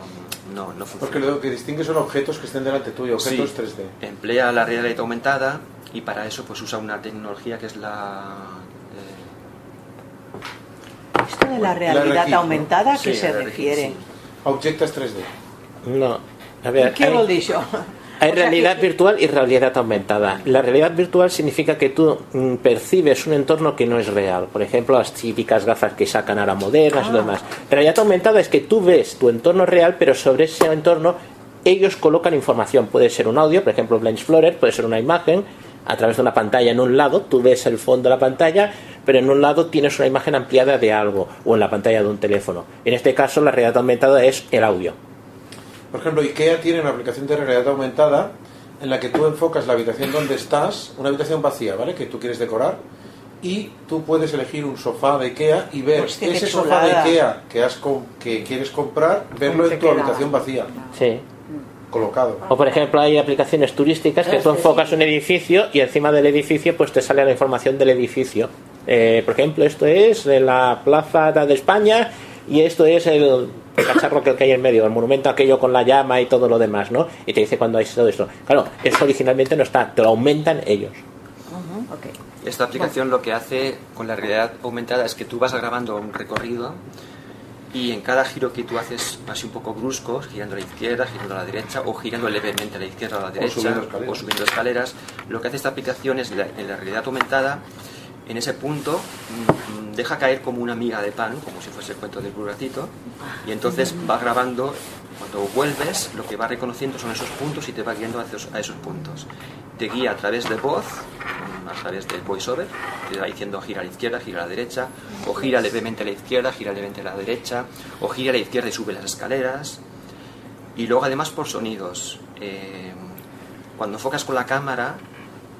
no, no funciona
Porque lo que distingue son objetos que estén delante tuyo, objetos
Sí.
3D.
emplea la realidad aumentada y para eso pues usa una tecnología que es la eh,
Esto de la realidad
RG, ¿no?
aumentada, ¿a qué
Sí,
se
RG,
refiere?
Objetos 3D.
No. A ver,
¿Qué lo
hay,
dicho?
hay
O sea,
realidad
que-
virtual y realidad aumentada. La realidad virtual significa que tú mm, percibes un entorno que no es real. Por ejemplo, las típicas gafas que sacan ahora modernas y demás. Realidad aumentada es que tú ves tu entorno real, pero sobre ese entorno ellos colocan información. Puede ser un audio, por ejemplo, Blind Explorer, puede ser una imagen a través de una pantalla en un lado, tú ves el fondo de la pantalla, pero en un lado tienes una imagen ampliada de algo o en la pantalla de un teléfono. En este caso, la realidad aumentada es el audio.
Por ejemplo, IKEA tiene una aplicación de realidad aumentada en la que tú enfocas la habitación donde estás, una habitación vacía, ¿vale? Que tú quieres decorar, y tú puedes elegir un sofá de IKEA y ver
Hostia, qué
ese sofá de
chulada.
IKEA que, has com- que quieres comprar,
¿Cómo
verlo en
te
tu
queda?
habitación vacía,
Sí.
colocado.
O por ejemplo hay aplicaciones turísticas que
Ah,
tú
sí,
enfocas un edificio y encima del edificio pues te sale la información del edificio. Eh, por ejemplo, esto es de la Plaza de España y esto es el cacharro que que hay en medio, el monumento aquello con la llama y todo lo demás, ¿no? Y te dice cuándo hay todo esto. Claro, eso originalmente no está, te lo aumentan ellos.
esta aplicación lo que hace con la realidad aumentada es que tú vas grabando un recorrido y en cada giro que tú haces así un poco brusco, girando a la izquierda, girando a la derecha o girando levemente a la izquierda o a la derecha
subiendo escaleras.
o subiendo escaleras, lo que hace esta aplicación es la- en la realidad aumentada en ese punto mm, mm, deja caer como una miga de pan, como si fuese el cuento del burratito, y entonces va grabando, cuando vuelves, lo que va reconociendo son esos puntos y te va guiando hacia esos- a esos puntos. Te guía a través de voz, mm, a través del voiceover, te va diciendo gira a la izquierda, gira a la derecha, o gira levemente a la izquierda, gira levemente a la derecha, o gira a la izquierda y sube las escaleras. Y luego además por sonidos. Eh, cuando enfocas con la cámara,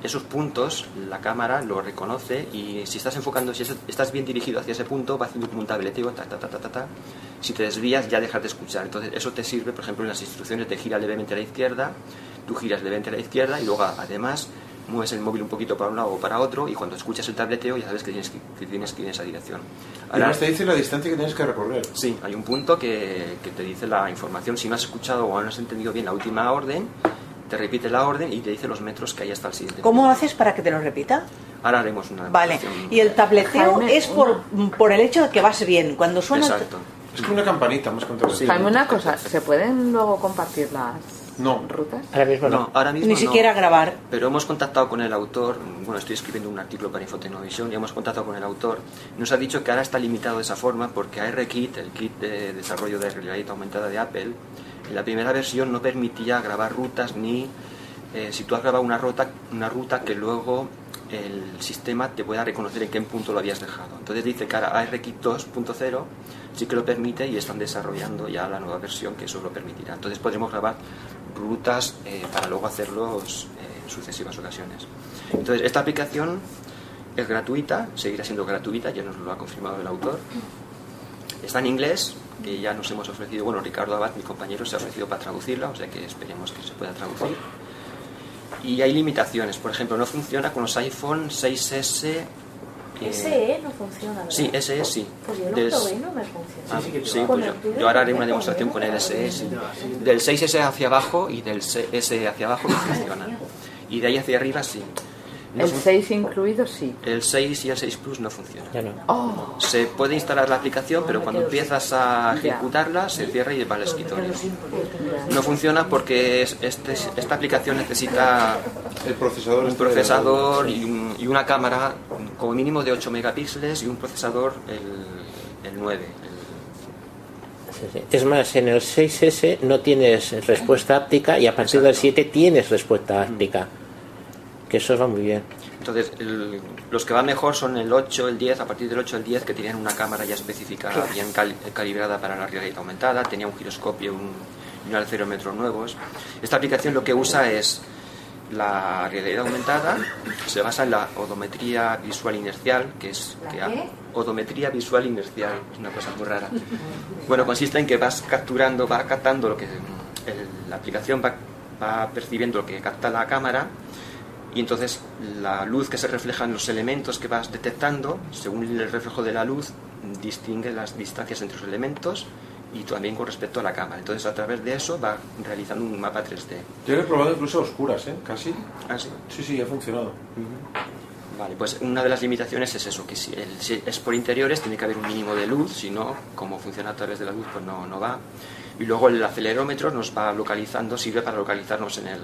esos puntos la cámara lo reconoce y si estás enfocando, si es- estás bien dirigido hacia ese punto, va haciendo como un tableteo, ta, ta, ta, ta, ta, ta. Si te desvías, ya dejas de escuchar. Entonces, eso te sirve, por ejemplo, en las instrucciones de gira levemente a la izquierda, tú giras levemente a la izquierda y luego, además, mueves el móvil un poquito para un lado o para otro y cuando escuchas el tableteo ya sabes que tienes que, que tienes que ir en esa dirección.
Y además te dice la distancia que tienes que recorrer.
Sí, hay un punto que, que te dice la información. Si no has escuchado o no has entendido bien la última orden, te repite la orden y te dice los metros que hay hasta el siguiente.
¿Cómo haces para que te lo repita?
Ahora haremos una.
Vale.
demostración.
Y el tableteo es por, por el hecho de que vas bien. Cuando suena... el-
Exacto.
Es como una campanita más controlada.
Jaime, una cosa. ¿Se pueden luego compartir las
No.
rutas?
Ahora mismo
no. ahora mismo
Ni
no.
siquiera grabar.
Pero hemos contactado con el autor, bueno, estoy escribiendo un artículo para Infotenovisión y hemos contactado con el autor. Nos ha dicho que ahora está limitado de esa forma porque ARKit, el kit de desarrollo de realidad aumentada de Apple, en la primera versión no permitía grabar rutas ni eh, si tú has grabado una ruta, una ruta que luego el sistema te pueda reconocer en qué punto lo habías dejado. Entonces dice que ahora ARKit 2.0 sí que lo permite y están desarrollando ya la nueva versión que eso lo permitirá. Entonces podremos grabar rutas eh, para luego hacerlos eh, en sucesivas ocasiones. Entonces, esta aplicación es gratuita, seguirá siendo gratuita, ya nos lo ha confirmado el autor. Está en inglés, que ya nos hemos ofrecido, bueno, Ricardo Abad, mi compañero, se ha ofrecido para traducirla, o sea que esperemos que se pueda traducir. Y hay limitaciones, por ejemplo, no funciona con los iPhone 6S. eh,
Ese no funciona, ¿verdad?
Sí, ese es, sí.
Pues yo lo
Del-
probé y no me funciona.
Ah, sí,
Con
pues
el
yo,
pibe
yo ahora haré
me
una demostración con el SE. sí. Del 6S hacia abajo y del S hacia abajo no funciona. Y de ahí hacia arriba sí. No
El
fun-
6 incluido, sí.
el 6 y el 6 Plus no funcionan.
Oh,
Se puede instalar la aplicación, pero cuando empiezas a ejecutarla se cierra y va al escritorio.
Pues,
Pues No funciona porque es- este- esta aplicación necesita un procesador y, un- y una cámara como mínimo de 8 megapíxeles y un procesador el, el 9.
Es más, en el 6S no tienes respuesta áptica y a partir del 7 tienes respuesta áptica. Que eso va muy bien.
Entonces, el- los que van mejor son el 8, el 10, a partir del 8, el 10, que tenían una cámara ya específica,
Claro.
bien cali- calibrada para la realidad aumentada, tenía un giroscopio un- y un alcerómetro nuevos. Esta aplicación lo que usa es la realidad aumentada, se basa en la odometría visual inercial, que es... que ha-
qué?
odometría visual inercial, es una cosa muy rara. Bueno, consiste en que vas capturando, va captando lo que... el- la aplicación va, va percibiendo lo que capta la cámara y entonces la luz que se refleja en los elementos que vas detectando, según el reflejo de la luz, distingue las distancias entre los elementos y también con respecto a la cámara. Entonces a través de eso va realizando un mapa 3D.
Yo lo he probado incluso a oscuras, ¿eh? Casi.
¿Ah, sí?
Sí, sí, ha funcionado.
Vale, pues una de las limitaciones es eso, que si, el- si es por interiores tiene que haber un mínimo de luz, si no, como funciona a través de la luz, pues no, no va. Y luego el acelerómetro nos va localizando, sirve para localizarnos en el,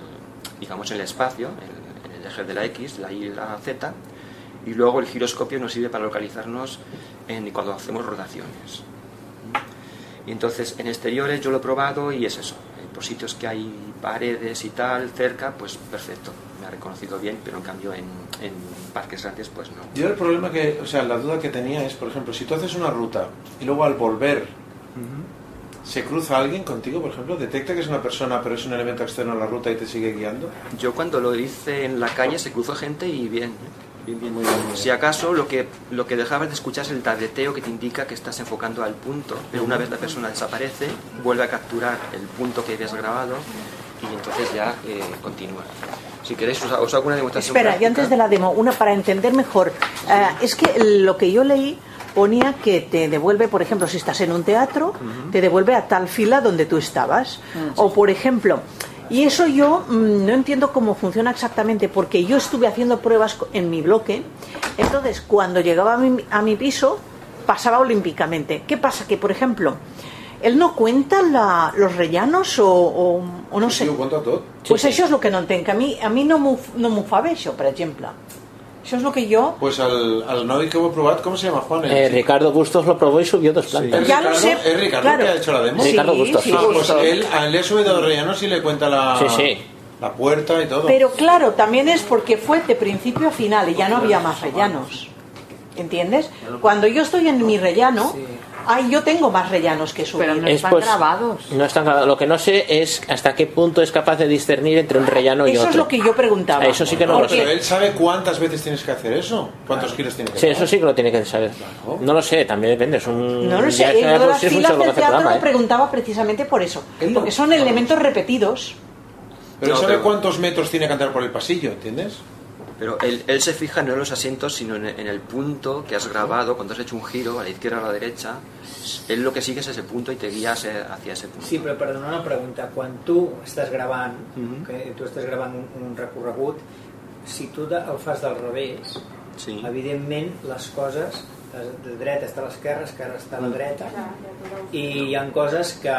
digamos, en el espacio, en, en el eje de la X, la Y y la Z. Y luego el giroscopio nos sirve para localizarnos en, cuando hacemos rotaciones. Y entonces en exteriores yo lo he probado y es eso. Eh, Por sitios que hay paredes y tal cerca, pues perfecto. Me ha reconocido bien, pero en cambio en, en parques grandes, pues no.
Yo el problema que, o sea, la duda que tenía es, por ejemplo, si tú haces una ruta y luego al volver se cruza alguien contigo, por ejemplo, detecta que es una persona pero es un elemento externo a la ruta y te sigue guiando.
Yo cuando lo hice en la calle se cruzó gente y bien. ¿eh? Si acaso lo que, lo que dejabas de escuchar es el tableteo que te indica que estás enfocando al punto, pero una vez la persona desaparece, vuelve a capturar el punto que habías grabado y entonces ya eh, continúa. Si queréis, os, ha- os hago una demostración.
Espera, y
práctica.
antes de la demo, una para entender mejor. Ah, es que lo que yo leí ponía que te devuelve, por ejemplo, si estás en un teatro, te devuelve a tal fila donde tú estabas. O, por ejemplo, y eso yo mm, no entiendo cómo funciona exactamente, porque yo estuve haciendo pruebas co- en mi bloque, entonces cuando llegaba a mi, a mi piso, pasaba olímpicamente. ¿Qué pasa? Que, por ejemplo, él no cuenta la- los rellanos o, o- o no sé.
Yo cuento a todo.
Pues això és el que no entenc, que a mi, a mi no m'ho no m'ho fa bé, això, per exemple. Això és el que jo...
Pues al, al Novi que hemos probado, ¿cómo se llama Juan? El
Eh,
chico?
Ricardo Bustos lo probó y subió dos plantas.
¿Es
Ya lo
Ricardo?
sé,
¿Es Ricardo
claro.
que ha hecho la demo?
Sí, Ricardo Bustos. sí,
Ah, pues
Bustos.
él, a él le ha subido rellenos y le cuenta la,
Sí, sí.
la puerta y todo.
Pero claro, también es porque fue de principio a final y ya no había más rellanos. ¿Entiendes? Cuando yo estoy en mi rellano, ay, yo tengo más rellanos que subir. Pero
Es, pues, No están grabados. Lo que no sé es hasta qué punto es capaz de discernir entre un rellano y
Eso
otro.
es lo que yo preguntaba.
Eso sí que no lo
Pero
sé.
él sabe cuántas veces tienes que hacer eso, cuántos kilos tienes que
Sí,
hacer.
eso sí que lo tiene que saber. No lo sé, también depende. Es un...
No lo sé,
ya
eh,
es una
lo de las
cuestión, es un
filas
solo
del
hace
teatro
programa,
lo
¿eh?
preguntaba precisamente por eso. Porque son elementos repetidos.
Pero
No,
sabe
pero-
cuántos metros tiene que andar por el pasillo, ¿entiendes?
Pero él, él se fija no en los asientos, sino en, en el punto que has grabado cuando has hecho un giro a la izquierda o a la derecha. Él lo que sigue es ese punto y te guía ese- hacia ese punto.
Sí, però perdona una pregunta. Quan tu estàs gravant,
Mhm.
que tu estàs gravant un, un recorregut, si tu de, el fas del revés,
sí.
evidentment les coses les- de dreta està a l'esquerra, esquerra està a
Mm.
la dreta, i hi ha coses que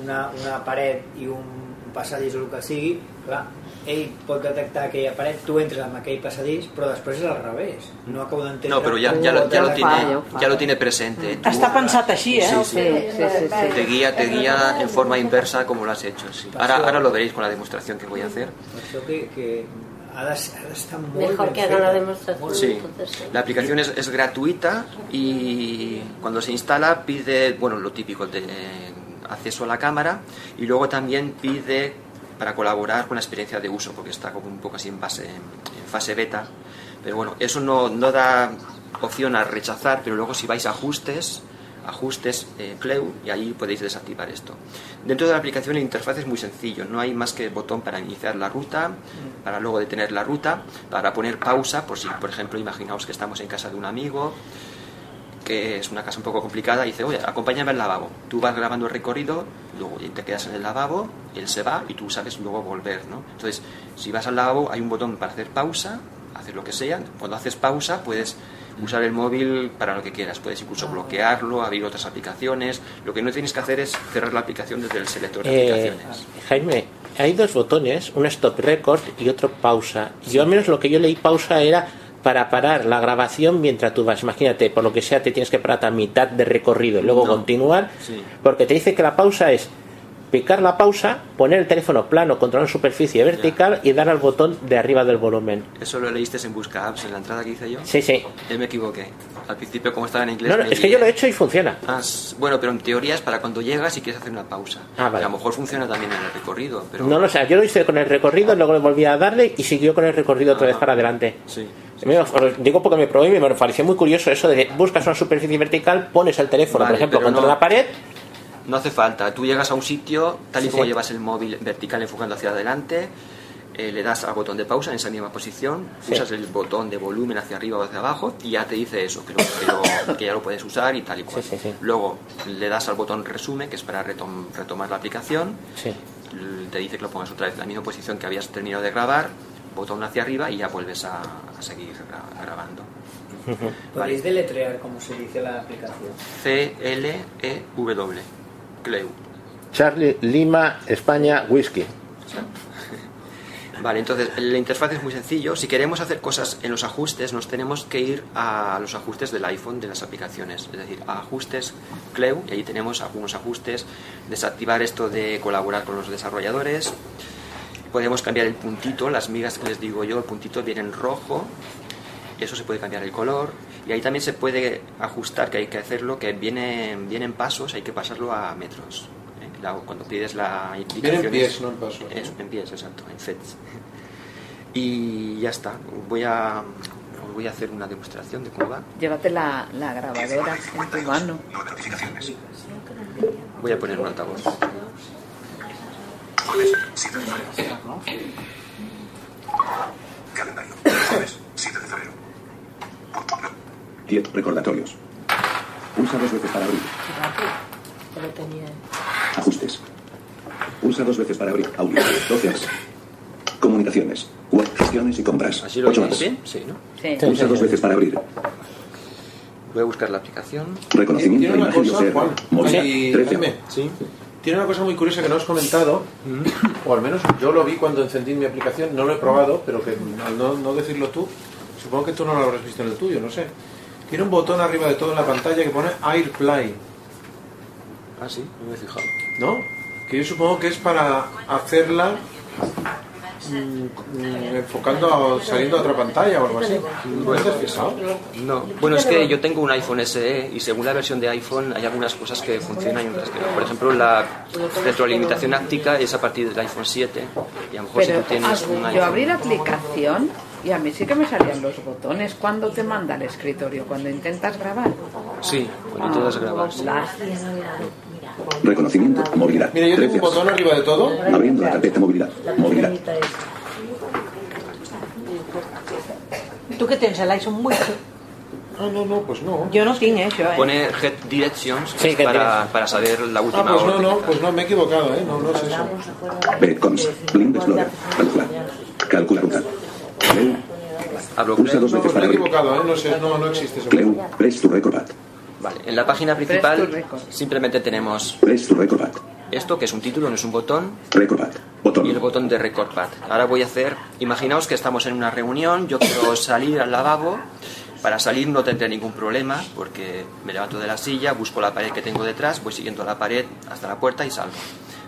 una, una paret i un passadís o el que sigui, clar, ell pot detectar aquella paret, tu entres en aquell passadís, però després és al revés. No acabo d'entendre...
Mm. No, pero ya, ya, lo, ya lo
com
tiene,
detectar-
ya lo tiene presente.
Mm.
Tú
Està pensat així, eh?
Sí, sí. te guía, te guía en forma inversa como lo has hecho. sí. Ahora, ahora lo veréis con la demostración que voy a hacer.
Això que, que ha de ser- ha d'estar molt
Mejor
ben
que haga la
feta.
demostración.
Sí.
Entonces, sí.
La aplicación es, es gratuita y cuando se instala pide, bueno, lo típico, de, eh, acceso a la cámara y luego también pide para colaborar con la experiencia de uso, porque está como un poco así en, base, en fase beta. Pero bueno, eso no, no da opción a rechazar, pero luego si vais a ajustes, ajustes, eh, Pleu, y ahí podéis desactivar esto. Dentro de la aplicación la interfaz es muy sencillo, no hay más que botón para iniciar la ruta, para luego detener la ruta, para poner pausa, por si, por ejemplo, imaginaos que estamos en casa de un amigo, que es una casa un poco complicada, y dice, oye, acompáñame al lavabo. Tú vas grabando el recorrido, luego te quedas en el lavabo, él se va y tú sabes luego volver, ¿no? Entonces, si vas al lavabo hay un botón para hacer pausa, hacer lo que sea. Cuando haces pausa puedes usar el móvil para lo que quieras. Puedes incluso bloquearlo, abrir otras aplicaciones. Lo que no tienes que hacer es cerrar la aplicación desde el selector de
Eh,
aplicaciones.
Jaime, hay dos botones, un stop record y otro pausa. Yo al menos lo que yo leí pausa era para parar la grabación mientras tú vas. Imagínate, por lo que sea, te tienes que parar a mitad de recorrido y luego continuar,
Sí.
porque te dice que la pausa es picar la pausa, poner el teléfono plano contra una superficie vertical y dar al botón de arriba del volumen.
Eso lo leíste en Busca Apps, en la entrada que hice yo.
Sí, sí.
Yo Eh, me equivoqué. Al principio, como estaba en inglés.
No, no,
me
es que
lié.
yo lo he hecho y funciona.
Ah, s- bueno, pero en teoría es para cuando llegas y quieres hacer una pausa.
Ah, vale.
A lo mejor funciona también en el recorrido, pero
No lo sé, yo lo hice con el recorrido, luego le volví a darle y siguió con el recorrido otra vez para adelante.
Ah, sí.
Me- os digo porque me probé y me pareció muy curioso eso de que buscas una superficie vertical, pones el teléfono,
Vale,
por ejemplo,
pero
contra
no-
la pared.
No hace falta. Tú llegas a un sitio, tal y
Sí,
como
sí.
llevas el móvil vertical enfocando hacia adelante, eh, le das al botón de pausa en esa misma posición,
Sí.
usas el botón de volumen hacia arriba o hacia abajo y ya te dice eso, que, lo- que lo- que ya lo puedes usar y tal y cual. Luego le das al botón resume, que es para retom- retomar la aplicación,
Sí.
l- te dice que lo pongas otra vez en la misma posición que habías terminado de grabar, botón hacia arriba y ya vuelves a, a seguir gra- grabando.
Podéis deletrear como se dice la aplicación.
C-L-E-W, E, Cleu.
Charlie, Lima, España, whisky.
Vale, entonces la interfaz es muy sencillo. Si queremos hacer cosas en los ajustes, nos tenemos que ir a los ajustes del iPhone de las aplicaciones, es decir, a ajustes CLEU, y ahí tenemos algunos ajustes, desactivar esto de colaborar con los desarrolladores, podemos cambiar el puntito, las migas que les digo yo, el puntito viene en rojo, eso se puede cambiar el color, y ahí también se puede ajustar, que hay que hacerlo, que viene, viene en pasos, hay que pasarlo a metros. ¿eh? La- cuando pides la indicación...
pies, no en pasos, ¿no?
Eso, en pies, exacto, en FETs. Y ya está, voy a, os voy a hacer una demostración de cómo va.
Llévate la, la grabadora en tu mano.
Voy a poner un altavoz.
Jueves, 7 de febrero. Calendario. Jueves, 7 de febrero. 10 recordatorios. Pulsa dos veces para abrir.
Pero tenía.
Ajustes. Pulsa dos veces para abrir. Audio. 12 horas. Comunicaciones. Web, gestiones y compras.
¿Así lo
Ocho
veis
horas.
bien? Sí, ¿no?
Pulsa dos veces para abrir.
Voy a buscar la aplicación.
Reconocimiento de
Eh, Tiene una
imagen
cosa,
OCR.
Juan,
Móvil.
y-
13.
Jaime, Tiene una cosa muy curiosa que no os he comentado,
Mm.
o al menos yo lo vi cuando encendí mi aplicación, no lo he probado, pero que al no, no decirlo tú, supongo que tú no lo habrás visto en el tuyo, no sé. Tiene un botón arriba de todo en la pantalla que pone AirPlay,
Ah, sí, no me he fijado.
¿no? Que yo supongo que es para hacerla mm, mm, enfocando, a- saliendo a otra pantalla o algo así. ¿No te has fijado?
No. Bueno, es que yo tengo un iPhone SE y según la versión de iPhone hay algunas cosas que funcionan y otras que no. Por ejemplo, la retroalimentación áptica es a partir del iPhone 7 y a lo mejor si
Pero ah,
tú tienes un
yo
iPhone...
abrí la aplicación y a mí sí que me salían los botones cuando te manda al escritorio, cuando intentas grabar. Ah,
Sí, cuando intentas grabar. sí.
Reconocimiento. Movilidad.
Mira, yo tengo un
13 horas.
botón arriba de todo.
Abriendo la carpeta movilidad. Movilidad.
¿Tú qué tens el iPhone muy?
Ah,
No, no, no, pues no.
Yo no tinc, eh, això, eh.
Pone Head Directions que es
Head
para, para saber la última
Ah, pues no,
hora.
no, pues no, me he equivocado, ¿eh? No, no es eso.
Red Cons. Blind Explorer. Calcula. Calcula ruta. Cleu. Pulsa dos
No,
veces
pues me
para
he
abrir.
equivocado, ¿eh? No, sé, no, no existe eso.
Cleu. Press tu record pad.
Vale, en la página principal simplemente tenemos
Press tu record pad.
esto, que es un título, no es un botón,
Record pad. Botón.
y el botón de Record Pad. Ahora voy a hacer, imaginaos que estamos en una reunión, yo quiero salir al lavabo, para salir no tendré ningún problema porque me levanto de la silla, busco la pared que tengo detrás, voy siguiendo la pared hasta la puerta y salgo.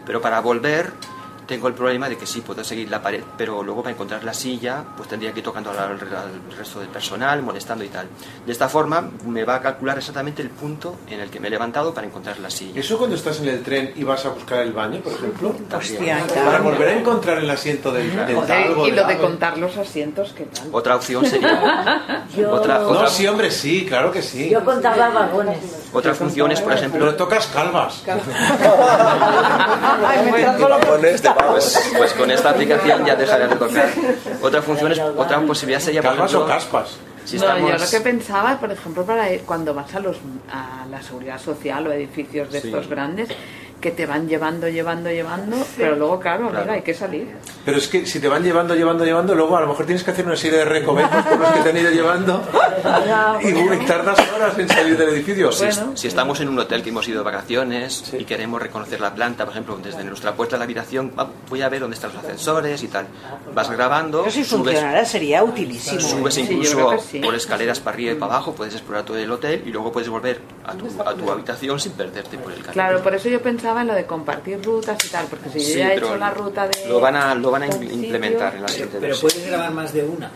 Pero para volver tengo el problema de que sí, puedo seguir la pared, pero luego para encontrar la silla, pues tendría que ir tocando al, al resto del personal, molestando y tal. De esta forma me va a calcular exactamente el punto en el que me he levantado para encontrar la silla.
¿Eso cuando estás en el tren y vas a buscar el baño, por ejemplo?
Hostia,
Para volver a encontrar el asiento del, del
Joder,
talgo,
y
del
lo de
algo.
contar los asientos, ¿qué tal?
Otra opción sería...
Yo-
otra,
No,
otra-
sí, hombre, sí, claro que sí.
Yo contaba vagones.
Otra función es, por ejemplo...
Pero tocas calvas.
Pues, pues con esta aplicación ya dejaré de tocar. Otra función es, otra posibilidad sería por
Calvas o
ejemplo,
caspas.
Si
no, yo
estamos-
lo que pensaba, por ejemplo, para ir- cuando vas a, los, a la seguridad social o edificios de
Sí.
estos grandes, que te van llevando, llevando, llevando, pero luego, claro,
Claro.
venga, hay que salir.
Pero es que si te van llevando, llevando, llevando, luego a lo mejor tienes que hacer una serie de recovecos por los que te han ido llevando y, uy, tardas horas en salir del edificio.
Si, si estamos en un hotel que hemos ido de vacaciones y queremos reconocer la planta, por ejemplo, desde nuestra puerta de la habitación, va- voy a ver dónde están los ascensores y tal. Vas grabando,
Pero si
subes,
funcionara sería utilísimo.
subes
Sí, yo
incluso
creo que sí.
por escaleras para arriba y para abajo, puedes explorar todo el hotel y luego puedes volver a tu, a tu habitación sin perderte por el camino.
Claro, por eso yo pensaba en lo de compartir rutas y tal, porque si
Sí,
yo ya he
pero
hecho la ruta de...
Lo van a, lo van a
tal sitio,
implementar en la siguiente
Pero
versión.
puedes grabar más de una.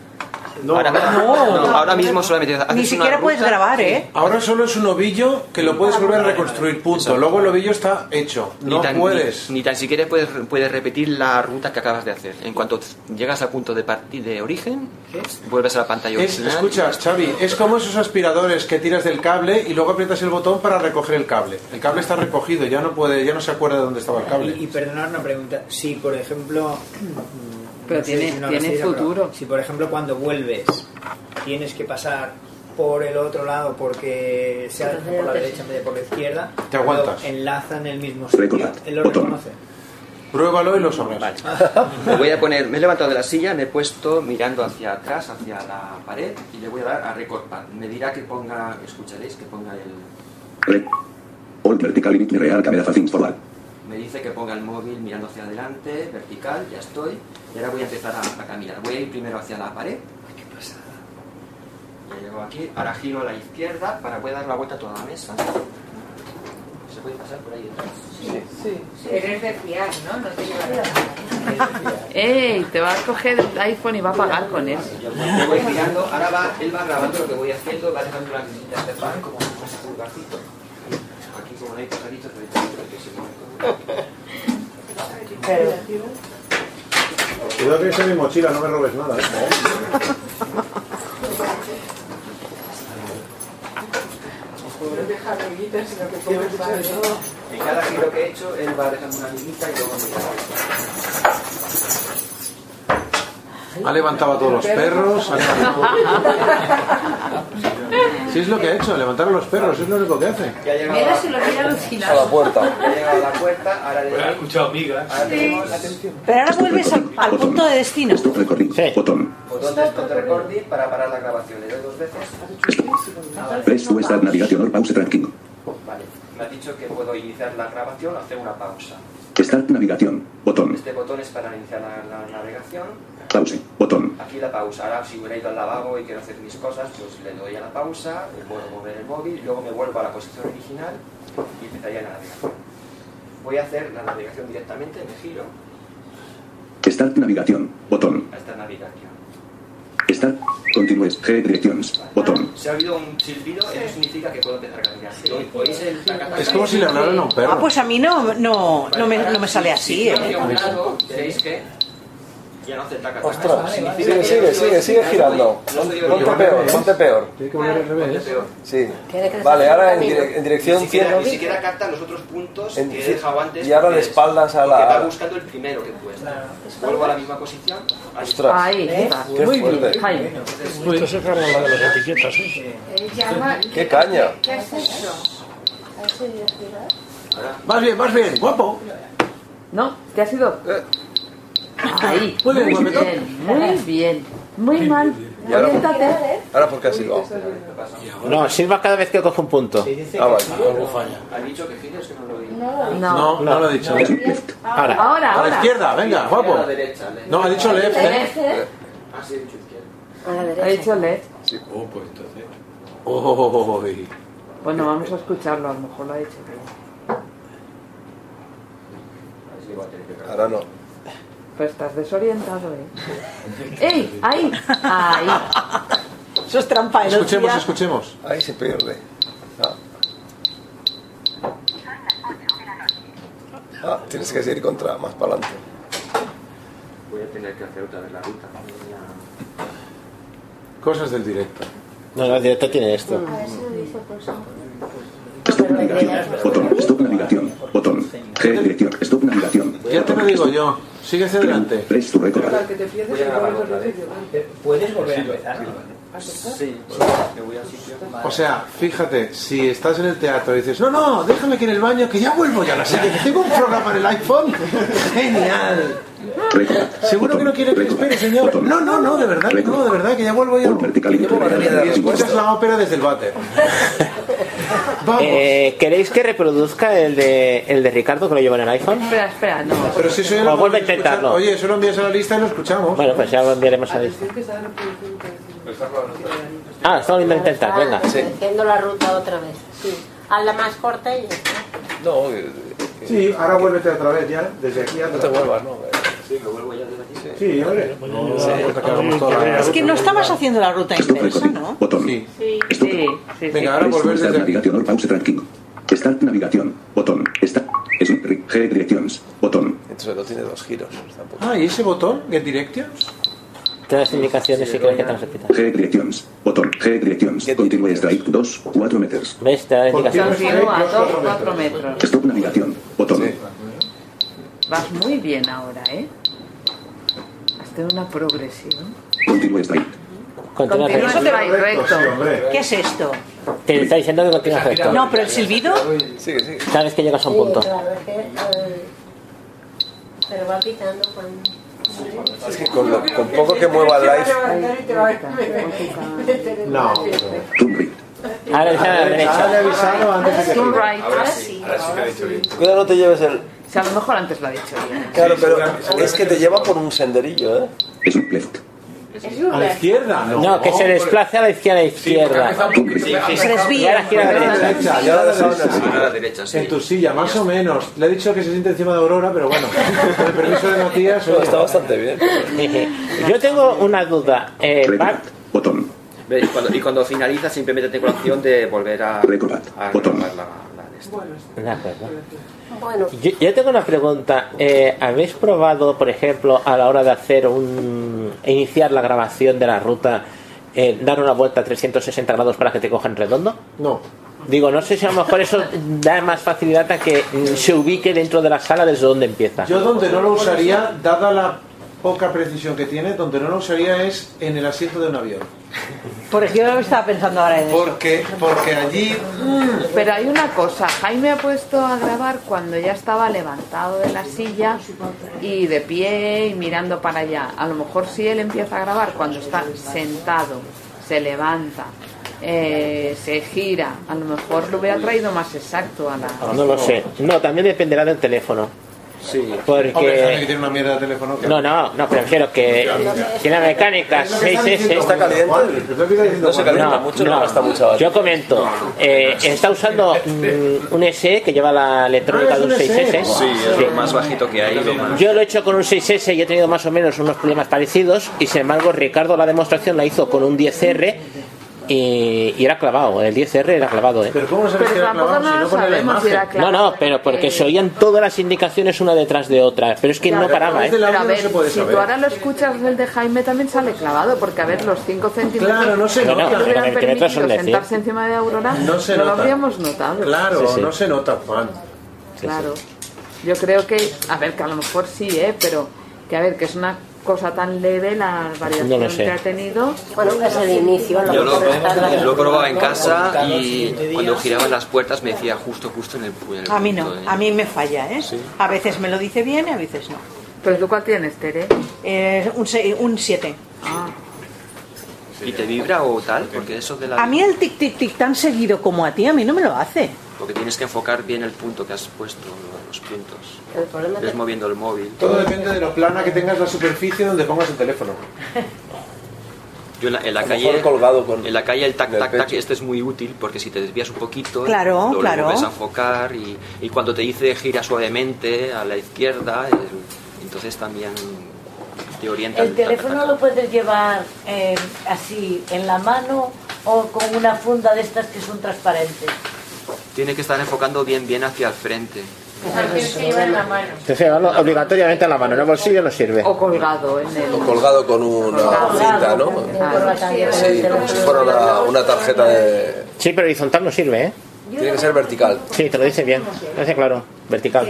ahora,
no,
no, ahora mismo solamente Ah, haces una ruta-
Ahora solo es un ovillo que lo puedes volver a reconstruir, punto. Luego el ovillo está hecho. No puedes.
Ni, ni tan siquiera puedes, puedes repetir la ruta que acabas de hacer. En cuanto llegas al punto de partida de origen, vuelves a la pantalla
Es,
original.
escucha, Xavi, es como esos aspiradores que tiras del cable y luego aprietas el botón para recoger el cable. El cable está recogido, ya no puede, ya no se acuerda de dónde estaba el cable.
Y, y perdonad una pregunta. Si, por ejemplo. mm,
Pero
no sé
tiene-
si no
tiene
lo sé, pero
futuro.
si, por ejemplo, cuando vuelves tienes que pasar por el otro lado porque se hace por la derecha en vez de por la izquierda,
Te aguantas.
lo enlazan en el mismo sitio.
Recordad,
Él lo reconoce.
Pruébalo y lo sabrás.
Me voy a poner, me he levantado de la silla, me he puesto mirando hacia atrás, hacia la pared, y le voy a dar a recortar. Me dirá que ponga, escucharéis, que ponga el,
Rec. All vertical limit real camera facing forward.
me dice que ponga el móvil mirando hacia adelante, vertical, ya estoy. Y ahora voy a empezar a, a caminar. Voy a ir primero hacia la pared. Ay, qué pasada. Ya llego aquí, ahora giro a la izquierda para poder dar la vuelta a toda la mesa. ¿Se puede pasar por ahí detrás? Sí. sí.
Pero es de fiar, ¿no? No te lleva nada.
¡Ey! Te va a coger el iPhone y va a pagar con él.
Eh,
Yo voy girando, ahora va, él va grabando lo que voy haciendo, va dejando las líneas de pan como un pulgarcito. Aquí como no hay pajaritos, no hay pajaritos que se mueven.
Cuidado que esa es mi mochila, no me robes nada. ¿eh?
No deja amiguitas, sino que pongo el pan. En cada giro que he hecho, él va dejando una amiguita y luego me
Ha levantado a todos los perros. ha levantado- Sí, es lo que ha hecho, levantar a los perros, es lo único que hace.
Ya ha llegado
Mira si lo mira alucinado.
A la puerta.
Ya ha llegado a la puerta, ahora le
Pues, escuchado migas.
Ahora
Sí.
tenemos atención.
Pero ahora vuelves al, al punto de destino.
Recording. Botón.
Botón de stop recording para parar la grabación. Le doy dos veces. Ahora,
Press to start navigation or pause tracking.
Vale. Me ha dicho que puedo iniciar la grabación o hacer una pausa.
Start navigation. Botón.
Este botón es para iniciar la, la navegación.
Pause. Botón.
Aquí la pausa. Ahora, si hubiera ido al lavabo y quiero hacer mis cosas, pues le doy a la pausa, puedo mover el móvil, luego me vuelvo a la posición original y empezaría la navegación. Voy a hacer la navegación directamente, me giro
Start navigation. Botón.
a esta navegación.
Start. Continues. G directions. Botón.
Se ha oído un silbido, eso significa que puedo empezar a caminar. Si lo- ¿Oís el taca-taca?
Es como si le hablaran a un perro.
Ah, pues a mí no, no, no, me, no me sale así,
Si
¿eh?
cambio a un lado, veréis que ya no hace taca taca.
Ostras, sigue, sigue, sigue, sigue girando. Ponte peor, ponte peor. Sí. Vale, ahora en, dire- en dirección
Ni siquiera,
100.
ni siquiera capta los otros puntos
En-
que he dejado antes.
y ahora de
porque es-
espaldas a
porque va
la.
buscando el primero que cuesta. Vuelvo a la misma posición. Ahí.
Ostras. Ahí, ¿Eh? qué Muy fuerte. bien. Ahí.
Esto se carga la de las etiquetas, ¿eh?
¡Qué caña!
¿Qué has hecho?
Más bien, más bien, guapo.
No, te has ido. Ahí.
Muy bien,
Muy
guapetón.
bien, muy bien. Muy mal.
Y ahora-
Oriéntate.
Ahora porque así va.
No, silba cada vez que coge un punto.
Ah, vale.
¿Ha dicho que gires? Que no lo he oído.
No, no lo he dicho.
Ahora.
A la
Ahora, ahora.
izquierda, venga,
A
guapo.
la derecha. left.
No, ha dicho left,
Left, eh.
Ah, sí, he dicho izquierda.
A la derecha. Ha dicho LED.
Sí. Oh, pues entonces.
Uy.
Bueno, vamos a escucharlo, a lo mejor lo ha hecho. pero-
Ahora no.
Pero estás desorientado, ¿eh? ¡Ey! ¡Ahí! ¡Ahí!
Eso es trampa, ¿eh?
Escuchemos, escuchemos.
Ahí se pierde. Ah. Ah, tienes que seguir contra, más para adelante.
Voy a tener que hacer otra vez la ruta.
Cosas del directo.
No, no, el directo tiene esto.
A ver si lo dice por
Stop navigación. Botón. Stop navigación. Botón. G dirección. Stop navigación.
Ya te lo digo yo. Sigue hacia adelante.
Press to record.
¿Puedes volver a empezar?
Sí, me voy al sitio.
O sea, fíjate, si estás en el teatro y dices, no, no, déjame que en el baño, que ya vuelvo ya a la serie, que tengo un programa en el iPhone. Genial. Seguro que no quiere que espere, señor. No, no, no, de verdad, no, de verdad, que ya vuelvo ya. Y escuchas la ópera desde el váter.
Eh, ¿Queréis que reproduzca el de, el de Ricardo que lo lleva en el iPhone?
Espera, espera, no.
Pero si eso ya
O
lo
vuelve a intentarlo.
Oye, eso lo envías a la lista y lo escuchamos.
Bueno, pues ya lo enviaremos a lista. Ah, estamos intentando, venga.
Haciendo la ruta otra vez. Sí. Hazla más corta y ya está.
No,
Sí, ahora vuélvete otra vez ya, desde aquí a
no te vuelvas, ¿no?
Sí, me vuelvo ya de aquí.
Sí, hombre.
Es que no estabas haciendo la ruta inversa, ¿no?
Botón.
Sí,
sí,
sí.
Venga, ahora volver
Start
desde
navegación or pause tranquilo. Start navegación. Botón. Start. Es un re- G directions. Botón.
Entonces no tiene dos giros. Tampoco.
Ah, ¿y ese botón? ¿Get Directions?
Te das indicaciones si crees que te las repita.
G directions. Botón. G directions. Continue strike 2, 4 meters.
¿Ves? Te da indicaciones.
Continúa a 2 4 metros.
Stop navegación. Botón.
Vas muy bien ahora, ¿eh? Has tenido una progresión.
Continue strike.
Continúa
Continúa
recto.
strike recto.
¿Qué es esto?
Te está diciendo que continúa recto.
No, pero el silbido.
Sí, sí.
Sabes que llegas a un punto.
Sí, claro, es que, eh, pero va quitando cuando...
Es que con, lo- con poco que mueva el live.
No.
Ahora deja a la
Dale
derecha.
avisado antes de que...
Tú right.
Ahora sí, ahora sí que ha dicho bien.
Cuidado, no te lleves el.
O sea, a lo mejor antes lo ha dicho bien.
Claro, pero es que te lleva por un senderillo, ¿eh?
Es un left.
A la izquierda, Ah, no.
No, que se desplace a la izquierda. izquierda.
Se desvía.
Y ahora gira a la derecha.
derecha,
Ya la dejaba en la
derecha.
silla.
A la derecha, sí.
En tu silla, más o menos. Le he dicho que se siente encima de Aurora, pero bueno, con el permiso de Matías...
No,
oye.
está bastante bien.
Jeje. Yo tengo una duda. Eh, Bart,
Botón.
Ve, Y cuando, y cuando finaliza simplemente tengo la opción de volver a, a renovar la, la de esta.
de acuerdo.
Bueno,
Yo, yo tengo una pregunta. Eh, ¿Habéis probado, por ejemplo, a la hora de hacer un. e iniciar la grabación de la ruta, eh, dar una vuelta a 360 grados para que te cojan redondo?
No.
Digo, no sé si a lo mejor eso da más facilidad a que mm, se ubique dentro de la sala desde donde empieza.
Yo donde no lo usaría, dada la poca precisión que tiene, donde no lo usaría es en el asiento de un avión.
Por ejemplo, yo estaba pensando ahora en eso.
Porque, porque allí...
Pero hay una cosa, Jaime ha puesto a grabar cuando ya estaba levantado de la silla y de pie y mirando para allá. A lo mejor si él empieza a grabar cuando está sentado, se levanta, eh, se gira, a lo mejor lo hubiera traído más exacto a la...
Ah, No lo sé. No, también dependerá del teléfono.
Sí.
Hombre, Jaime, que
Porque.
tiene una mierda de teléfono. que-
No, no, no, prefiero que. Tiene la mecánica
Es lo que están
6S.
diciendo.
¿Está caliente?
Madre, pero lo que está diciendo,
No se
madre.
calienta mucho, no gasta mucha batería.
Yo comento, eh, está usando mm, un SE que lleva la electrónica
Ah,
de
es
un
un SE.
6S.
Sí, es lo más bajito que hay. Lo más.
Yo lo he hecho con un 6S y he tenido más o menos unos problemas parecidos y sin embargo Ricardo la demostración la hizo con un 10R y, y era clavado, el 10R era clavado. ¿eh?
Pero ¿cómo sabes
Pero
que era
tampoco
clavado si
no
no
lo
con la
sabemos si
imagen?
era
No,
clavado.
no, pero
eh.
porque se oían todas las indicaciones una detrás de otra, pero es que no
Claro,
paraba. ¿eh?
desde el
Pero
audio
a
no
ver,
se puede
si
saber.
tú ahora lo escuchas el de Jaime también sale clavado, porque a ver, los 5 centímetros
Claro, no se
que
nota.
le hubieran
Los centímetros son
permitido
de cien.
sentarse encima de Aurora,
No se
lo
nota.
habríamos notado.
Claro,
Sí, sí.
no se nota, Juan.
Claro. Yo creo que, a ver, que a lo mejor sí, ¿eh? Pero que a ver, que es una cosa tan leve la variación
No lo sé.
que ha tenido.
bueno, que es el inicio. a
Yo
mejor
lo,
está la-
lo he probado en casa y
siete días.
cuando giraban las puertas me decía justo, justo en el, pu- en el
A mí no,
punto, ¿eh?
a mí me falla, ¿eh? A veces me lo dice bien y a veces no.
Pero Pues tú cuál tienes, Tere.
Eh, un se- un 7.
Ah,
¿Y te vibra o tal? Porque eso de la...
A mí el tic tic tic tan seguido como a ti, a mí no me lo hace.
Porque tienes que enfocar bien el punto que has puesto, los puntos.
El problema
Ves moviendo el móvil.
Todo depende de lo plana que tengas la superficie donde pongas el teléfono.
Yo en la, en la
A lo
calle
mejor colgado con.
en la calle el tac
del
tac tac
pecho.
este es muy útil porque si te desvías un poquito
Claro,
lo
claro.
vuelves a enfocar y, y cuando te dice gira suavemente a la izquierda eh, entonces también te orienta
El
tac, tac,
teléfono
tac.
lo puedes llevar eh, así, en la mano o con una funda de estas que son transparentes.
Ah,
tiene que estar enfocando bien bien hacia el frente
Tienes que llevar en la mano.
Te llevan obligatoriamente en la mano, en el bolsillo no sirve.
o colgado en el.
O colgado con una cinta, ¿no?
Tengo la talla, pero
Sí,
el
como si
teléfono-
fuera una, una tarjeta de.
Sí, pero horizontal no sirve, ¿eh?
Tiene que ser vertical.
Sí, te lo dice bien. Lo dice claro. Vertical.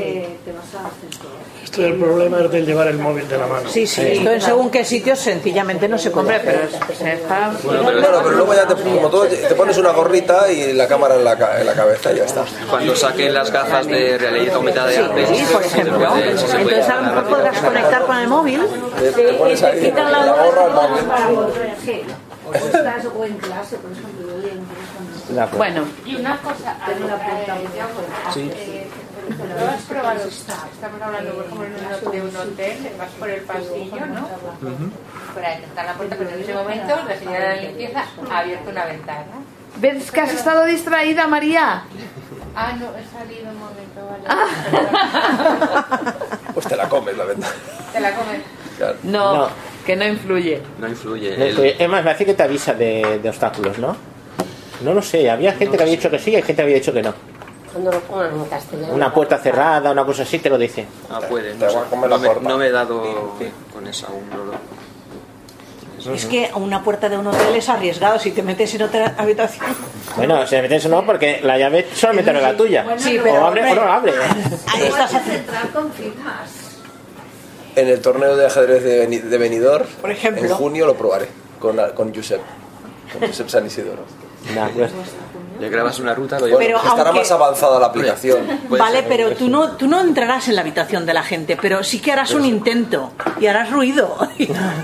Esto es el problema es de llevar el móvil de la mano.
Sí, sí, esto en según qué sitios sencillamente no se compra, pero se está...
Bueno, pero luego ya te, como todo, te pones una gorrita y la cámara en la, ca- en la cabeza y ya está.
Cuando saquen las gafas de realidad aumentada de Apple,
Sí, por
pues,
ejemplo. Entonces a lo mejor podrás conectar con el móvil.
Te, te pones ahí
te quitan la
la gorra al
gorra.
móvil.
o en clase, por ejemplo,
"Pues,
yo en
Bueno,
Y una cosa, a lo- eh, ya voy.
Sí.
Eh, ¿no has probado? Estamos hablando, por ejemplo, en un hot- de un hotel, vas por el pasillo, ¿no? Por ahí está la puerta, pero en ese momento la señora de limpieza ha abierto una ventana.
¿Ves que has estado distraída, María?
Ah, no, he salido un momento, vale.
Ah.
Pues te la comes la ventana.
Te la comes.
No, que no influye.
No influye.
No influye. Es más, me hace que te avisa de, de obstáculos, ¿no? No lo sé. Había gente que había dicho que sí y hay gente que había dicho que no.
Cuando lo pongan en castellano.
Una puerta cerrada, una cosa así, te lo dice.
Ah, puede. No, sé. No me, no me he dado con eso aún. no lo-
Es que una puerta de un hotel es arriesgado si te metes en otra habitación.
Bueno, si me metes no, porque la llave solamente no es la tuya.
Sí, pero
o abre o no la abre.
entrar con firmas.
En el torneo de ajedrez de Beni- de Benidorm,
Por ejemplo.
en junio lo probaré con, con Josep, con Josep San Isidoro.
Le grabas una ruta, lo
Bueno, pues
Pero
estará
aunque-
más avanzada la aplicación.
Vale, pero tú no, tú no entrarás en la habitación de la gente, pero sí que harás un intento y harás ruido.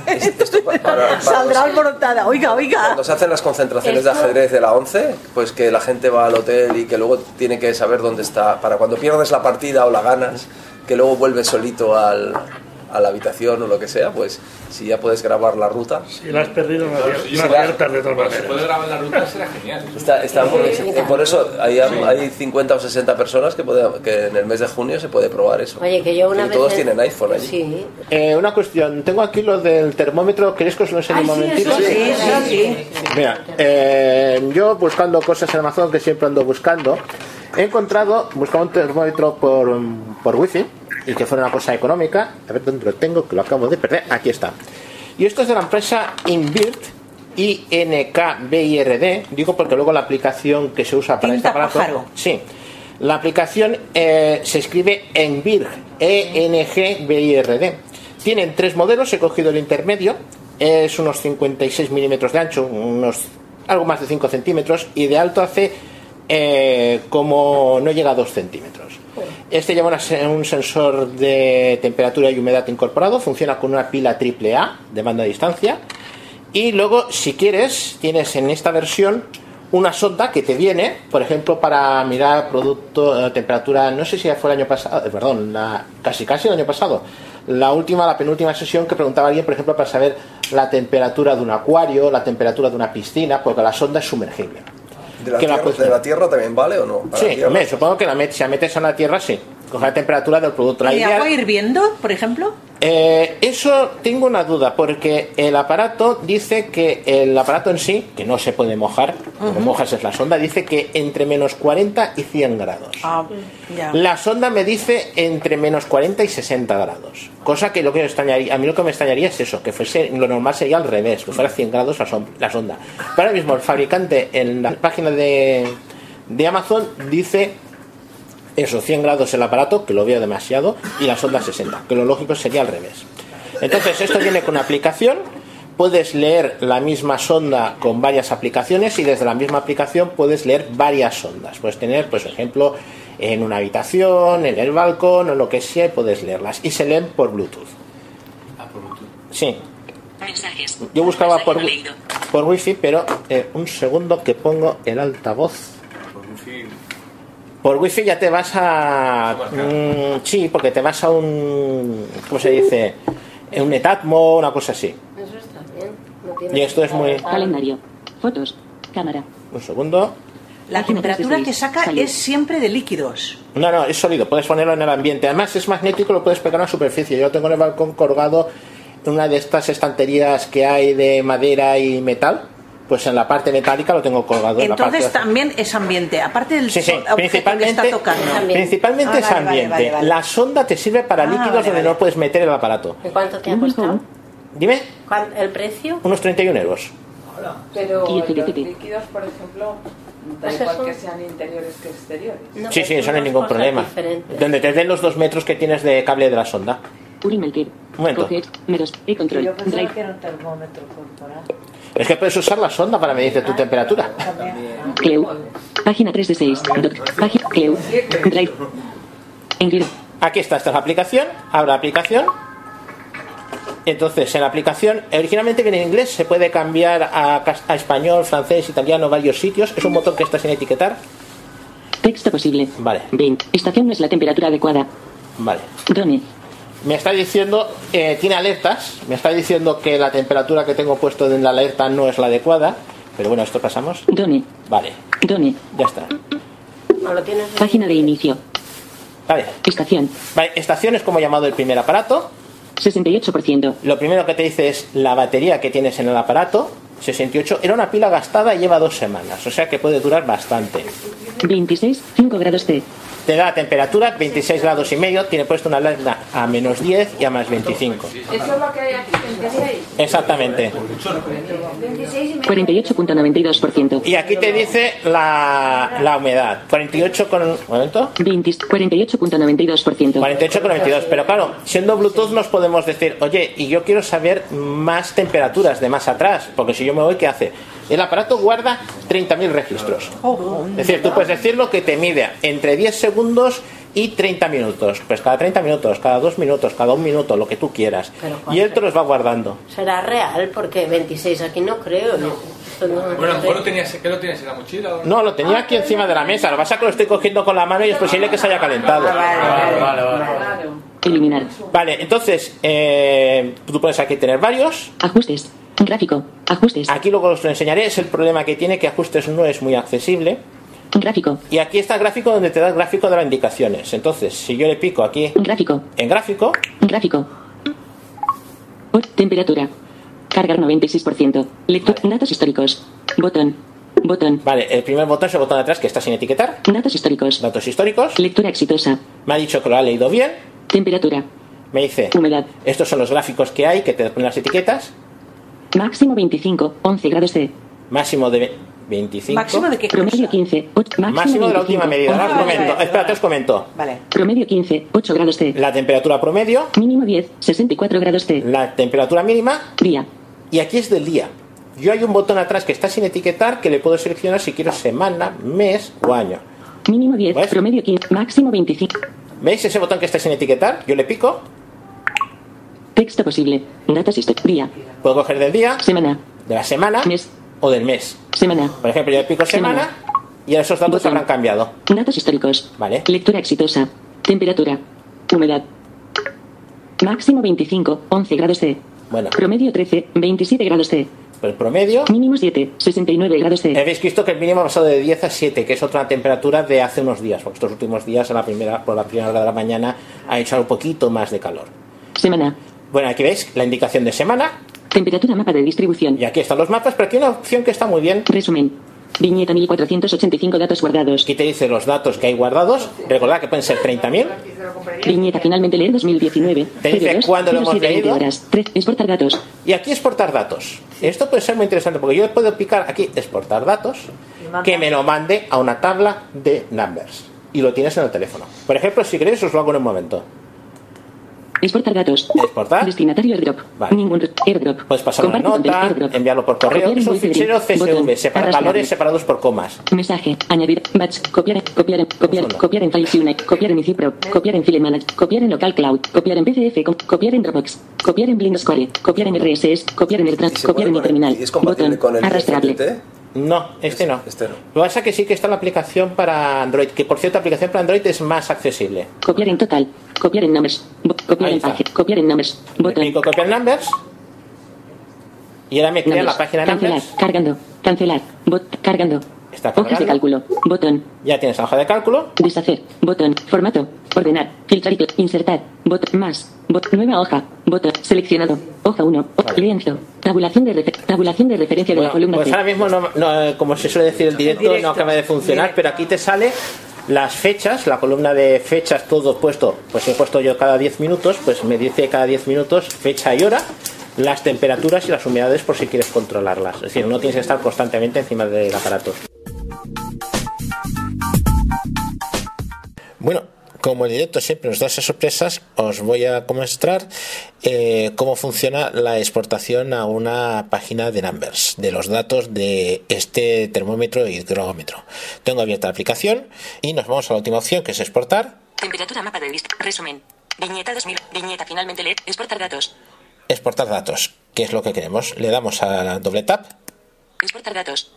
para-
Saldrá alborotada. Oiga, oiga.
Cuando se hacen las concentraciones de
Esto-
ajedrez de la 11, pues que la gente va al hotel y que luego tiene que saber dónde está, para cuando pierdes la partida o la ganas, que luego vuelves solito al- a la habitación o lo que sea, pues si ya puedes grabar la ruta.
Si la has perdido, no la
Claro,
pier-
sí,
no la
claro.
pierdas de todas
Se
maneras.
puede
grabar la ruta, será genial.
Está, está muy- y por eso hay, hay 50 o 60 personas que, puede- que en el mes de junio se puede probar eso.
Oye, que yo una
y
vez...
todos
en-
tienen iPhone allí.
Sí.
Eh, una cuestión, tengo aquí lo del termómetro, ¿queréis que os lo enseñe un momentito? Mira, eh, yo buscando cosas en Amazon que siempre ando buscando, he encontrado, buscaba un termómetro por, mm, por wifi y que fuera una cosa económica. A ver dónde lo tengo, que lo acabo de perder. Aquí está. Y esto es de la empresa Invirt, I-N-K-B-I-R-D. Digo porque luego la aplicación que se usa para esta este aparato. Sí. La aplicación eh, se escribe E Envirg, E-N-G-B-I-R-D. Tienen tres modelos, he cogido el intermedio, es unos 56 milímetros de ancho, unos algo más de 5 centímetros, y de alto hace eh, como no llega a 2 centímetros. Este lleva una se- un sensor de temperatura y humedad incorporado, funciona con una pila AAA de banda de distancia, y luego, si quieres, tienes en esta versión una sonda que te viene, por ejemplo, para mirar producto, eh, temperatura, no sé si ya fue el año pasado, eh, perdón, la- casi casi el año pasado, la última, la penúltima sesión que preguntaba alguien, por ejemplo, para saber la temperatura de un acuario, la temperatura de una piscina, porque la sonda es sumergible.
¿De la,
que la
tierra,
cuestión-
de la Tierra también vale o no? Para la
Sí,
Tierra.
me- supongo que la met- si la metes en la Tierra, sí, coge la temperatura del producto. La
¿Y de
idea-
agua hirviendo, por ejemplo?
eh, eso tengo una duda, porque el aparato dice que el aparato en sí, que no se puede mojar, lo que
Ujú.
mojas es la sonda, dice que entre menos 40 y 100 grados.
Ah, ya.
La sonda me dice entre menos 40 y 60 grados. Cosa que, lo que me extrañaría, a mí lo que me extrañaría es eso, que fuese lo normal sería al revés, que fuera 100 grados la, son- la sonda. Pero ahora mismo el fabricante en la página de, de Amazon dice eso, 100 grados el aparato, que lo veo demasiado, y la sonda 60, que lo lógico sería al revés. Entonces, esto viene con una aplicación, puedes leer la misma sonda con varias aplicaciones y desde la misma aplicación puedes leer varias sondas. Puedes tener, pues, por ejemplo, en una habitación, en el balcón o lo que sea, y puedes leerlas. Y se leen por Bluetooth. Sí,
Mensajes.
yo buscaba por,
no leído.
por wifi, pero eh, un segundo que pongo el altavoz. Por wifi ya te vas a. Mm, sí, porque te vas a un. ¿Cómo se dice? Eh, Un etatmo, una cosa así.
Eso está bien. No tiene
Y esto es muy.
Calendario. Fotos. Cámara.
Un segundo.
La temperatura que saca es siempre de líquidos.
No, no, es sólido, puedes ponerlo en el ambiente. Además, es magnético, lo puedes pegar a una superficie. Yo lo tengo en el balcón colgado en una de estas estanterías que hay de madera y metal. Pues en la parte metálica lo tengo colgado. en la parte
Entonces
de-
también es ambiente, aparte del
Sí, sí.
objeto que está
Principalmente,
tocando.
principalmente
Ah,
es
vale, vale,
ambiente.
vale, vale.
La sonda te sirve para
Ah,
líquidos
vale,
donde
vale.
no puedes meter el aparato.
¿En cuánto te ha costado?
Dime,
¿Cuán- ¿El precio?
unos 31 euros.
Pero
Y este que
los
te-
líquidos, por ejemplo,
Da
Es que
igual
son-
que sean interiores que exteriores.
Sí, sí, eso no hay ningún problema. Donde te den los dos metros que tienes de cable de la sonda. Un momento.
Pocket, menos, y control.
Yo pensaba
Drive.
que era un termómetro corporal.
Es que puedes usar la sonda para medirte tu temperatura.
Cleu. Página 3 de 6. Página Cleu. Drive. Engrid.
Aquí está, esta es la aplicación. Abro la aplicación. Entonces, en la aplicación, originalmente viene en inglés, se puede cambiar a, cas- a español, francés, italiano, varios sitios. Es un botón que está sin etiquetar.
Texto posible.
Vale.
20. Estación no es la temperatura adecuada.
Vale.
Done.
Me está diciendo, eh, tiene alertas, me está diciendo que la temperatura que tengo puesto en la alerta no es la adecuada. Pero bueno, esto pasamos.
Done.
Vale,
Done.
ya está.
No lo tienes.
Página de inicio.
Vale.
Estación.
Vale, estación es como he llamado el primer aparato.
68%.
Lo primero que te dice es la batería que tienes en el aparato. 68. Era una pila gastada y lleva dos semanas. O sea que puede durar bastante.
26. 5 grados C.
Te da la temperatura, 26 grados y medio. Tiene puesto una alerta a menos 10 y a más 25.
Eso es lo que hay aquí, 26.
Exactamente.
26 y medio.
48.92%.
Y aquí te dice la, la humedad. 48 con... un momento.
20 48.92%.
48,92. Pero claro, siendo Bluetooth nos podemos decir, oye, y yo quiero saber más temperaturas de más atrás, porque si yo me voy, ¿qué hace? El aparato guarda 30.000 registros. Es pues, decir, tú puedes decir lo que te mide entre 10 segundos y 30 minutos. Pues cada 30 minutos, cada 2 minutos, cada 1 minuto, lo que tú quieras. Y él te los va guardando.
Será real, porque 26 aquí no creo. ¿no? Esto no-
Bueno, a lo mejor lo tenías, ¿qué lo tenías en la mochila o
No, lo tenía aquí encima de la mesa. Lo que pasa es que lo estoy cogiendo con la mano y es posible que se haya calentado.
Eliminar.
Vale, entonces eh, tú puedes aquí tener varios.
Ajustes. Gráfico. Ajustes.
Aquí luego os lo enseñaré. Es el problema que tiene que ajustes no es muy accesible.
Gráfico.
Y aquí está el gráfico donde te da el gráfico de las indicaciones. Entonces, si yo le pico aquí
Gráfico.
en gráfico,
Gráfico. Por temperatura. Cargar 96%. Lectura. Datos históricos. Botón. Botón.
vale, el primer botón es el botón de atrás que está sin etiquetar.
Datos históricos.
Datos históricos.
Lectura exitosa.
Me ha dicho que lo ha leído bien.
Temperatura.
Me dice,
Humedad.
estos son los gráficos que hay, que te ponen las etiquetas.
Máximo 25. 11 grados C.
Máximo de ve- 25.
Promedio 15. och- máximo,
Máximo de la
25,
última medida. Ahora os
once
comento.
grados C.
Espérate, os comento.
Promedio 15. 8 grados C.
La temperatura promedio.
Mínimo 10. 64 grados C.
La temperatura mínima.
Día.
Y aquí es del día. Yo hay un botón atrás que está sin etiquetar que le puedo seleccionar si quiero semana, mes o año.
Mínimo 10. Promedio 15. Máximo 25.
¿Veis ese botón que está sin etiquetar? Yo le pico,
Texto posible. Datos históricos. Día.
puedo coger del día,
Semana.
de la semana o del mes.
Semana.
Por ejemplo, yo le pico semana, y esos datos habrán cambiado.
Datos históricos.
Vale.
Lectura exitosa. Temperatura. Humedad. Máximo 25, 11 grados C.
Bueno.
Promedio 13, 27 grados C.
El promedio.
Mínimo 7, 69 grados C.
Habéis visto que el mínimo ha pasado de 10 a 7, que es otra temperatura de hace unos días, porque estos últimos días, a la primera, por la primera hora de la mañana, ha hecho un poquito más de calor.
Semana.
Bueno, aquí veis la indicación de semana.
Temperatura mapa de distribución.
Y aquí están los mapas, pero aquí hay una opción que está muy bien.
Resumen. Viñeta 1485 datos guardados.
Aquí te dice los datos que hay guardados. Recordad que pueden ser 30.000.
Viñeta finalmente leer 2019.
Te dice
02,
cuándo lo hemos
07, 20
leído.
horas. 3. Exportar datos.
Y aquí exportar datos. Esto puede ser muy interesante porque yo puedo picar aquí exportar datos que me lo mande a una tabla de numbers. Y lo tienes en el teléfono. Por ejemplo, si queréis os lo hago en un momento.
Exportar datos.
Exportar.
Destinatario airdrop. Ningún re- airdrop.
Puedes pasar una
Comparte contenido,
nota,
airdrop.
enviarlo por correo.
Copiar
Es un
envolvente,
fichero CSV,
botón,
separa-
arrastrar.
valores separados por comas.
Mensaje. Añadir. Batch. Copiar. en- Copiar. en- Copiar. Copiar en File Unite. Copiar en ICIPRO. Copiar en File Manage. Copiar en Local Cloud. Copiar en PCF. com- Copiar en Dropbox. Copiar en Blind Square. Copiar en RSS. Copiar en el trans. Copiar en el terminal. Botón. Arrastrable.
No, este no. Lo que pasa es que sí que está la aplicación para Android, que por cierto, la aplicación para Android es más accesible.
Copiar en total. Copiar en numbers. Bo- Copiar
Ahí
en
está.
página. Copiar en numbers. Botón.
Pico copiar numbers. Y ahora me crea Este, la
Numbers.
página de
Cancelar.
numbers.
Cargando. Cancelar. Bot. Cargando.
Está
Hojas de
cargando.
cálculo. Botón.
Ya tienes la hoja de cálculo.
Deshacer. Botón. Formato. Ordenar. Filtrar y cl- insertar. Bot. Más. Bot. Nueva hoja. Botón. Seleccionado. Hoja 1. Lienzo. Tabulación de, refe- tabulación de referencia de la columna
Pues
C.
ahora mismo, no, no, eh, como se suele decir el directo,
Directo.
no acaba de funcionar, pero aquí te sale las fechas, la columna de fechas, todo puesto, pues he puesto yo cada 10 minutos, pues me dice cada 10 minutos fecha y hora, las temperaturas y las humedades por si quieres controlarlas. Es decir, no tienes que estar constantemente encima del aparato. como el directo siempre nos da esas sorpresas, os voy a mostrar eh, cómo funciona la exportación a una página de Numbers, de los datos de este termómetro y hidrómetro. Tengo abierta la aplicación y nos vamos a la última opción que es exportar.
Temperatura mapa de list. Resumen. Viñeta 2000. Viñeta finalmente leer. Exportar datos.
Exportar datos, que es lo que queremos. Le damos a doble tap.
Exportar datos.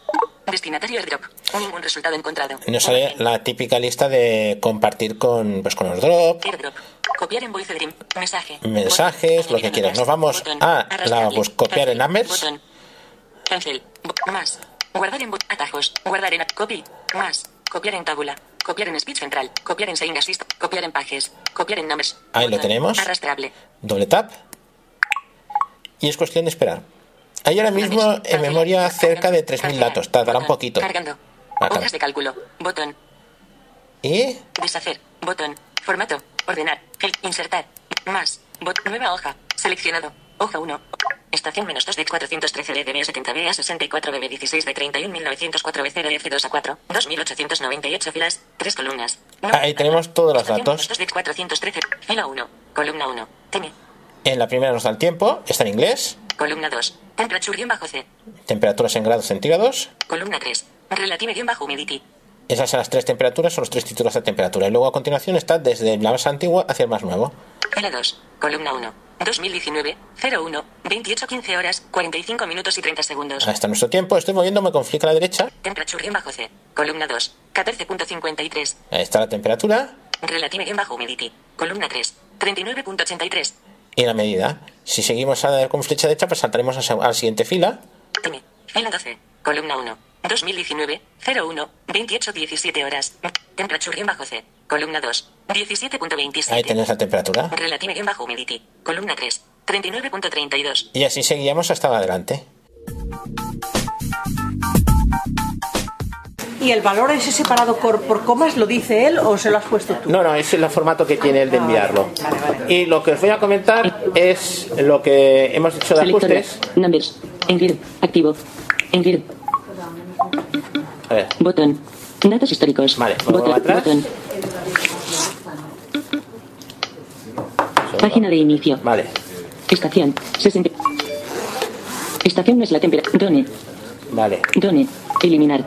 Destinatario airdrop. Ningún resultado encontrado.
y nos sale la típica lista de compartir con, pues, con los drop,
Airdrop. Copiar en voice dream. Mensaje.
mensajes, lo que quieras. Nos vamos a la, pues, copiar en Numbers.
Botón. Cancel. Bo- Más. Guardar en bo- atajos. Guardar en copy. Más. Copiar en tabula. Copiar en speech central. Copiar en saying assist. Copiar en pages. Copiar en numbers.
Ahí lo tenemos.
Arrastrable.
doble tap y es cuestión de esperar. Hay ahora mismo en memoria cerca de 3.000 datos, tardará un poquito.
Cargando.
Acá.
Hojas de cálculo. Botón.
Y
Deshacer. Botón. Formato. Ordenar. El- Insertar. Más. Bot. Nueva hoja. Seleccionado. Hoja 1. Estación menos 2 de 413 DDB 70B a 64 BB 16 de 31.904 BCDF 2 a 4. 2.898 filas. 3 columnas.
ahí tenemos todos los
Estación menos
datos.
2 de 413. Fila 1. Columna 1. Teme.
En la primera nos da el tiempo, está en inglés,
Columna 2. Temperature guión bajo C.
temperaturas en grados centígrados.
Columna 3. Relative guión bajo humidity.
Esas son las tres temperaturas, son los tres títulos de temperatura. Y luego a continuación está desde la más antigua hacia el más nuevo.
Fila 2. Columna 1. 2019. 01. 28 15 horas. 45 minutos y 30 segundos.
Ahí está nuestro tiempo, estoy moviéndome con flick a la derecha.
Temperature en bajo C. Columna 2. 14.53.
Ahí está la temperatura
Relative en bajo humidity. Columna 3. 39.83.
y la medida. Si seguimos a dar con flecha derecha, pues saltaremos a sa- a la siguiente fila.
Fila 12. Columna 1. 2019. 01. 28 17 horas. Temperature en bajo C. Columna 2. 17.27.
Ahí tenéis la temperatura.
Relative en bajo humidity. Columna 3. 39.32.
Y así seguíamos hasta adelante.
¿Y el valor ese separado cor- por comas lo dice él o se lo has puesto tú?
No, no, ese es el formato que tiene el de enviarlo.
Ah,
Y lo que os voy a comentar es lo que hemos hecho de
Selector.
ajustes.
Numbers. Engrid. Activo. Engrid.
A ver,
Botón. Datos históricos. Vale,
vuelvo
botón,
atrás.
botón. Página de inicio.
Vale.
Estación. 60. Estación no es la temperatura. Done.
vale.
Done. Eliminar.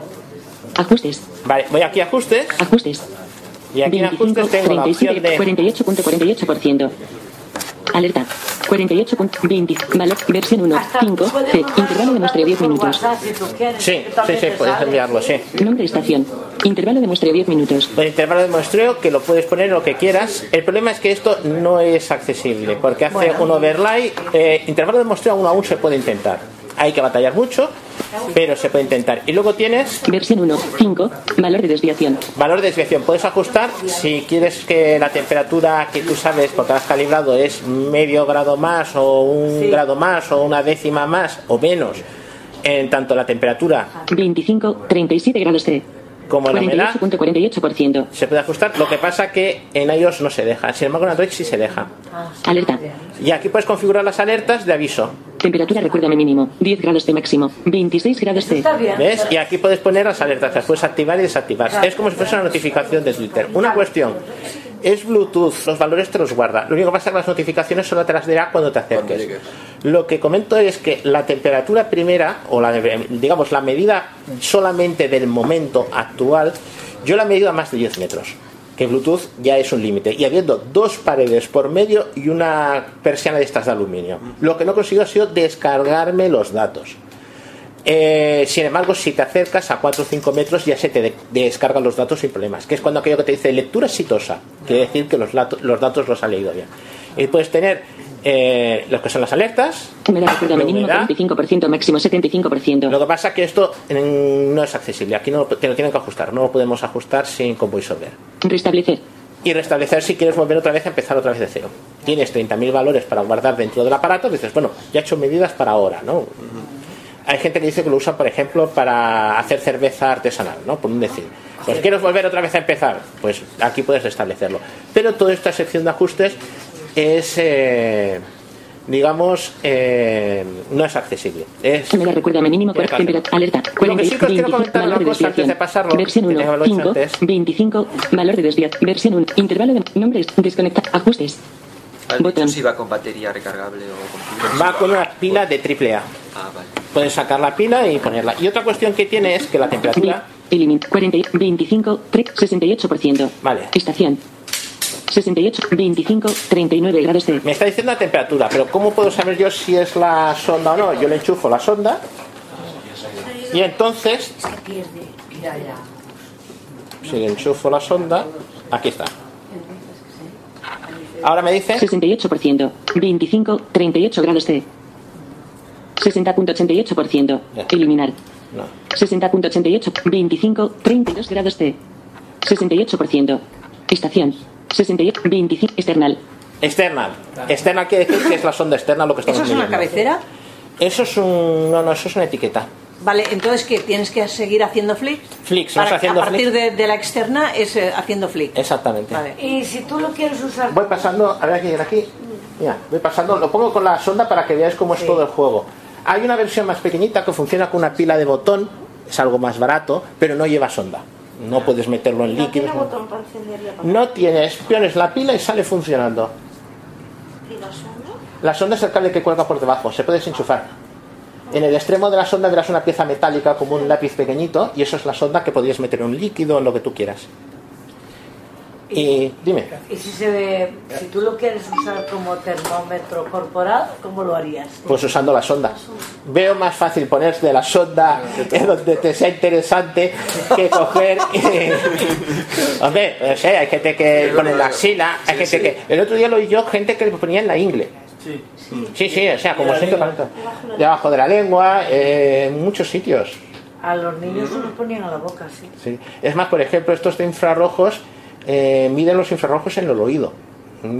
Ajustes.
Vale, voy aquí a ajustes.
Ajustes.
Y aquí en ajustes tengo la opción de
48.48%. Alerta. 48.20. Valor. Versión 1. 5. C. Intervalo de muestreo 10 minutos.
Sí, sí, sí, puedes enviarlo, sí.
Nombre de estación. Intervalo de muestreo 10 minutos.
El intervalo de muestreo que lo puedes poner lo que quieras. El problema es que esto no es accesible porque hace
Bueno.
un overlay. eh, intervalo de muestreo aún aún se puede intentar. Hay que batallar mucho, pero se puede intentar. Y luego tienes
Versión 1. 5. Valor de desviación.
Valor de desviación, puedes ajustar si quieres que la temperatura que tú sabes porque la has calibrado es medio grado más o un
Sí.
grado más o una décima más o menos en tanto la temperatura
25. 37 grados C.
como la humedad
48.48%.
se puede ajustar. Lo que pasa que en iOS no se deja, sin embargo en Android sí se deja.
Ah,
Alerta.
Y aquí puedes configurar las alertas de aviso.
Temperatura recuérdame mínimo. 10 grados de máximo. 26 grados C.
¿Ves? Y aquí puedes poner las alertas, las puedes activar y desactivar. Es como si fuese una notificación de Twitter. Una cuestión. Es Bluetooth, los valores te los guarda. Lo único que pasa es que las notificaciones solo te las dirá cuando te acerques. Lo que comento es que la temperatura primera, o la, de- digamos la medida solamente del momento actual, yo la he medido a más de 10 metros. Que Bluetooth ya es un límite. Y habiendo dos paredes por medio y una persiana de estas de aluminio. Lo que no consigo ha sido descargarme los datos. Eh, sin embargo, si te acercas a 4 o 5 metros ya se te de- descargan los datos sin problemas, que es cuando aquello que te dice lectura exitosa, quiere decir que los, lato- los datos los ha leído bien. Y puedes tener eh, los que son las alertas,
Humedad recuérdame mínimo 45%. Máximo 75%.
lo que pasa es que esto mm, no es accesible, aquí no lo, te lo tienen que ajustar, no lo podemos ajustar sin con VoiceOver.
Restablecer.
Y restablecer si quieres volver otra vez a empezar otra vez de cero. Tienes 30.000 valores para guardar dentro del aparato, dices, bueno, ya he hecho medidas para ahora, ¿no? Hay gente que dice que lo usan, por ejemplo, para hacer cerveza artesanal, ¿no? Por un decir. Pues quieres volver otra vez a empezar, pues aquí puedes restablecerlo. Pero toda esta sección de ajustes es... eh, digamos, eh, no es accesible. Es,
Cámara recuerda mínimo por
Exacto.
temperatura. Alerta.
Lo que sí que os
45,
quiero comentar una
valor de
cosa antes de
desviación.
pasarlo,
Versión
que
1,
lo he hecho
5,
antes.
25, valor de desviación. Versión 1, intervalo de nombres, desconectar, ajustes.
¿Han dicho si va con batería recargable o con
Va con una pila de triple A.
Ah, vale.
Puedes sacar la pila y ponerla. Y otra cuestión que tiene es que la temperatura.
Elimin 40, 25, 3, 68%.
Vale.
Estación. 68, 25, 39 grados C.
Me está diciendo la temperatura, pero ¿cómo puedo saber yo si es la sonda o no? Yo le enchufo la sonda y entonces,
pierde.
si le enchufo la sonda, aquí está. Ahora me dice
68%, 25, 38 grados C. 60.88%. Eliminar.
No.
60.88, 25, 32 grados C. 68%. Estación. 68, 25, external.
external. External quiere decir que es la sonda externa lo que estamos
¿Eso es una
midiendo.
cabecera?
Eso es un. No, no, eso es una etiqueta.
Vale, entonces que tienes que seguir haciendo flick.
Flicks,
Para-
vamos haciendo
a partir
flicks.
de, de la externa es eh, haciendo flick.
Exactamente.
Vale.
Y si tú lo quieres usar.
Voy pasando, a ver aquí, aquí. Mira, voy pasando, lo pongo con la sonda para que veáis cómo es todo el juego. Hay una versión más pequeñita que funciona con una pila de botón, es algo más barato, pero no lleva sonda. No puedes meterlo en
No
líquido.
tiene botón para encender la pantalla.
No tienes, pones la pila y sale funcionando.
¿Y la sonda?
La sonda es el cable que cuelga por debajo, se puede desenchufar. En el extremo de la sonda verás una pieza metálica como un lápiz pequeñito y eso es la sonda que podrías meter en un líquido o en lo que tú quieras. Y dime.
Y si, se, si tú lo quieres usar como termómetro corporal, ¿cómo lo harías?
Pues usando la sonda. Veo más fácil ponerse la sonda en donde te sea interesante que coger. eh, Hombre, no sé, hay gente que pone en la axila, hay gente que. El otro día lo oí yo, gente que lo ponía en la ingle.
Sí.
Sí, sí, o sea, como
la
siempre, debajo de la lengua, eh, en muchos sitios.
A los niños se los ponían a la boca, sí.
Sí. Es más, por ejemplo, estos de infrarrojos eh, miden los infrarrojos en el oído.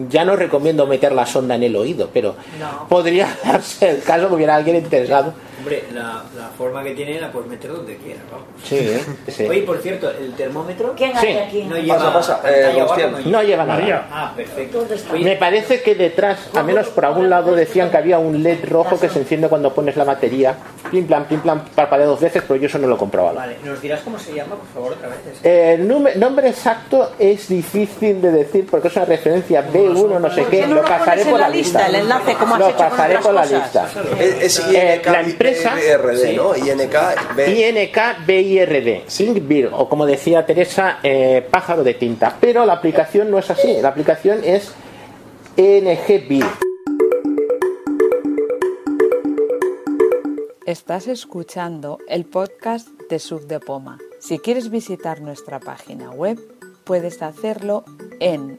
Ya no recomiendo meter la sonda en el oído, pero
No.
podría darse el caso que hubiera alguien interesado.
Hombre, la, la forma que tiene la puedes meter donde quieras, vamos.
Sí, ¿eh? Sí.
Oye, por cierto, el termómetro.
¿Quién
hay Sí. aquí?
No lleva
Pasa, pasa.
pantalla
Eh,
o algo,
Agustín. No lleva nada. María.
Ah, perfecto.
Me parece que detrás, al menos por algún lado, decían que había un LED rojo que se enciende cuando pones la batería. Plim, plan, plim, plan, parpadea dos veces, pero yo eso no lo he comprobado.
Vale, ¿nos dirás cómo se llama, por favor, otra vez?
Eh, El nume- nombre exacto es difícil de decir porque es una referencia B1, no sé
¿Por
qué.
qué no
lo
lo
pasaré
pones en
por la
la
lista.
lista, el enlace, como has
Lo
hecho con
pasaré
otras
por la
cosas?
lista.
Es, es
Eh,
INK,
la empresa.
BRD,
Sí.
¿no? INK,
INKBIRD, Sinkbird, o como decía Teresa, eh, pájaro de tinta. Pero la aplicación no es así, la aplicación es NGBIR.
Estás escuchando el podcast de Sub de Poma. Si quieres visitar nuestra página web, puedes hacerlo en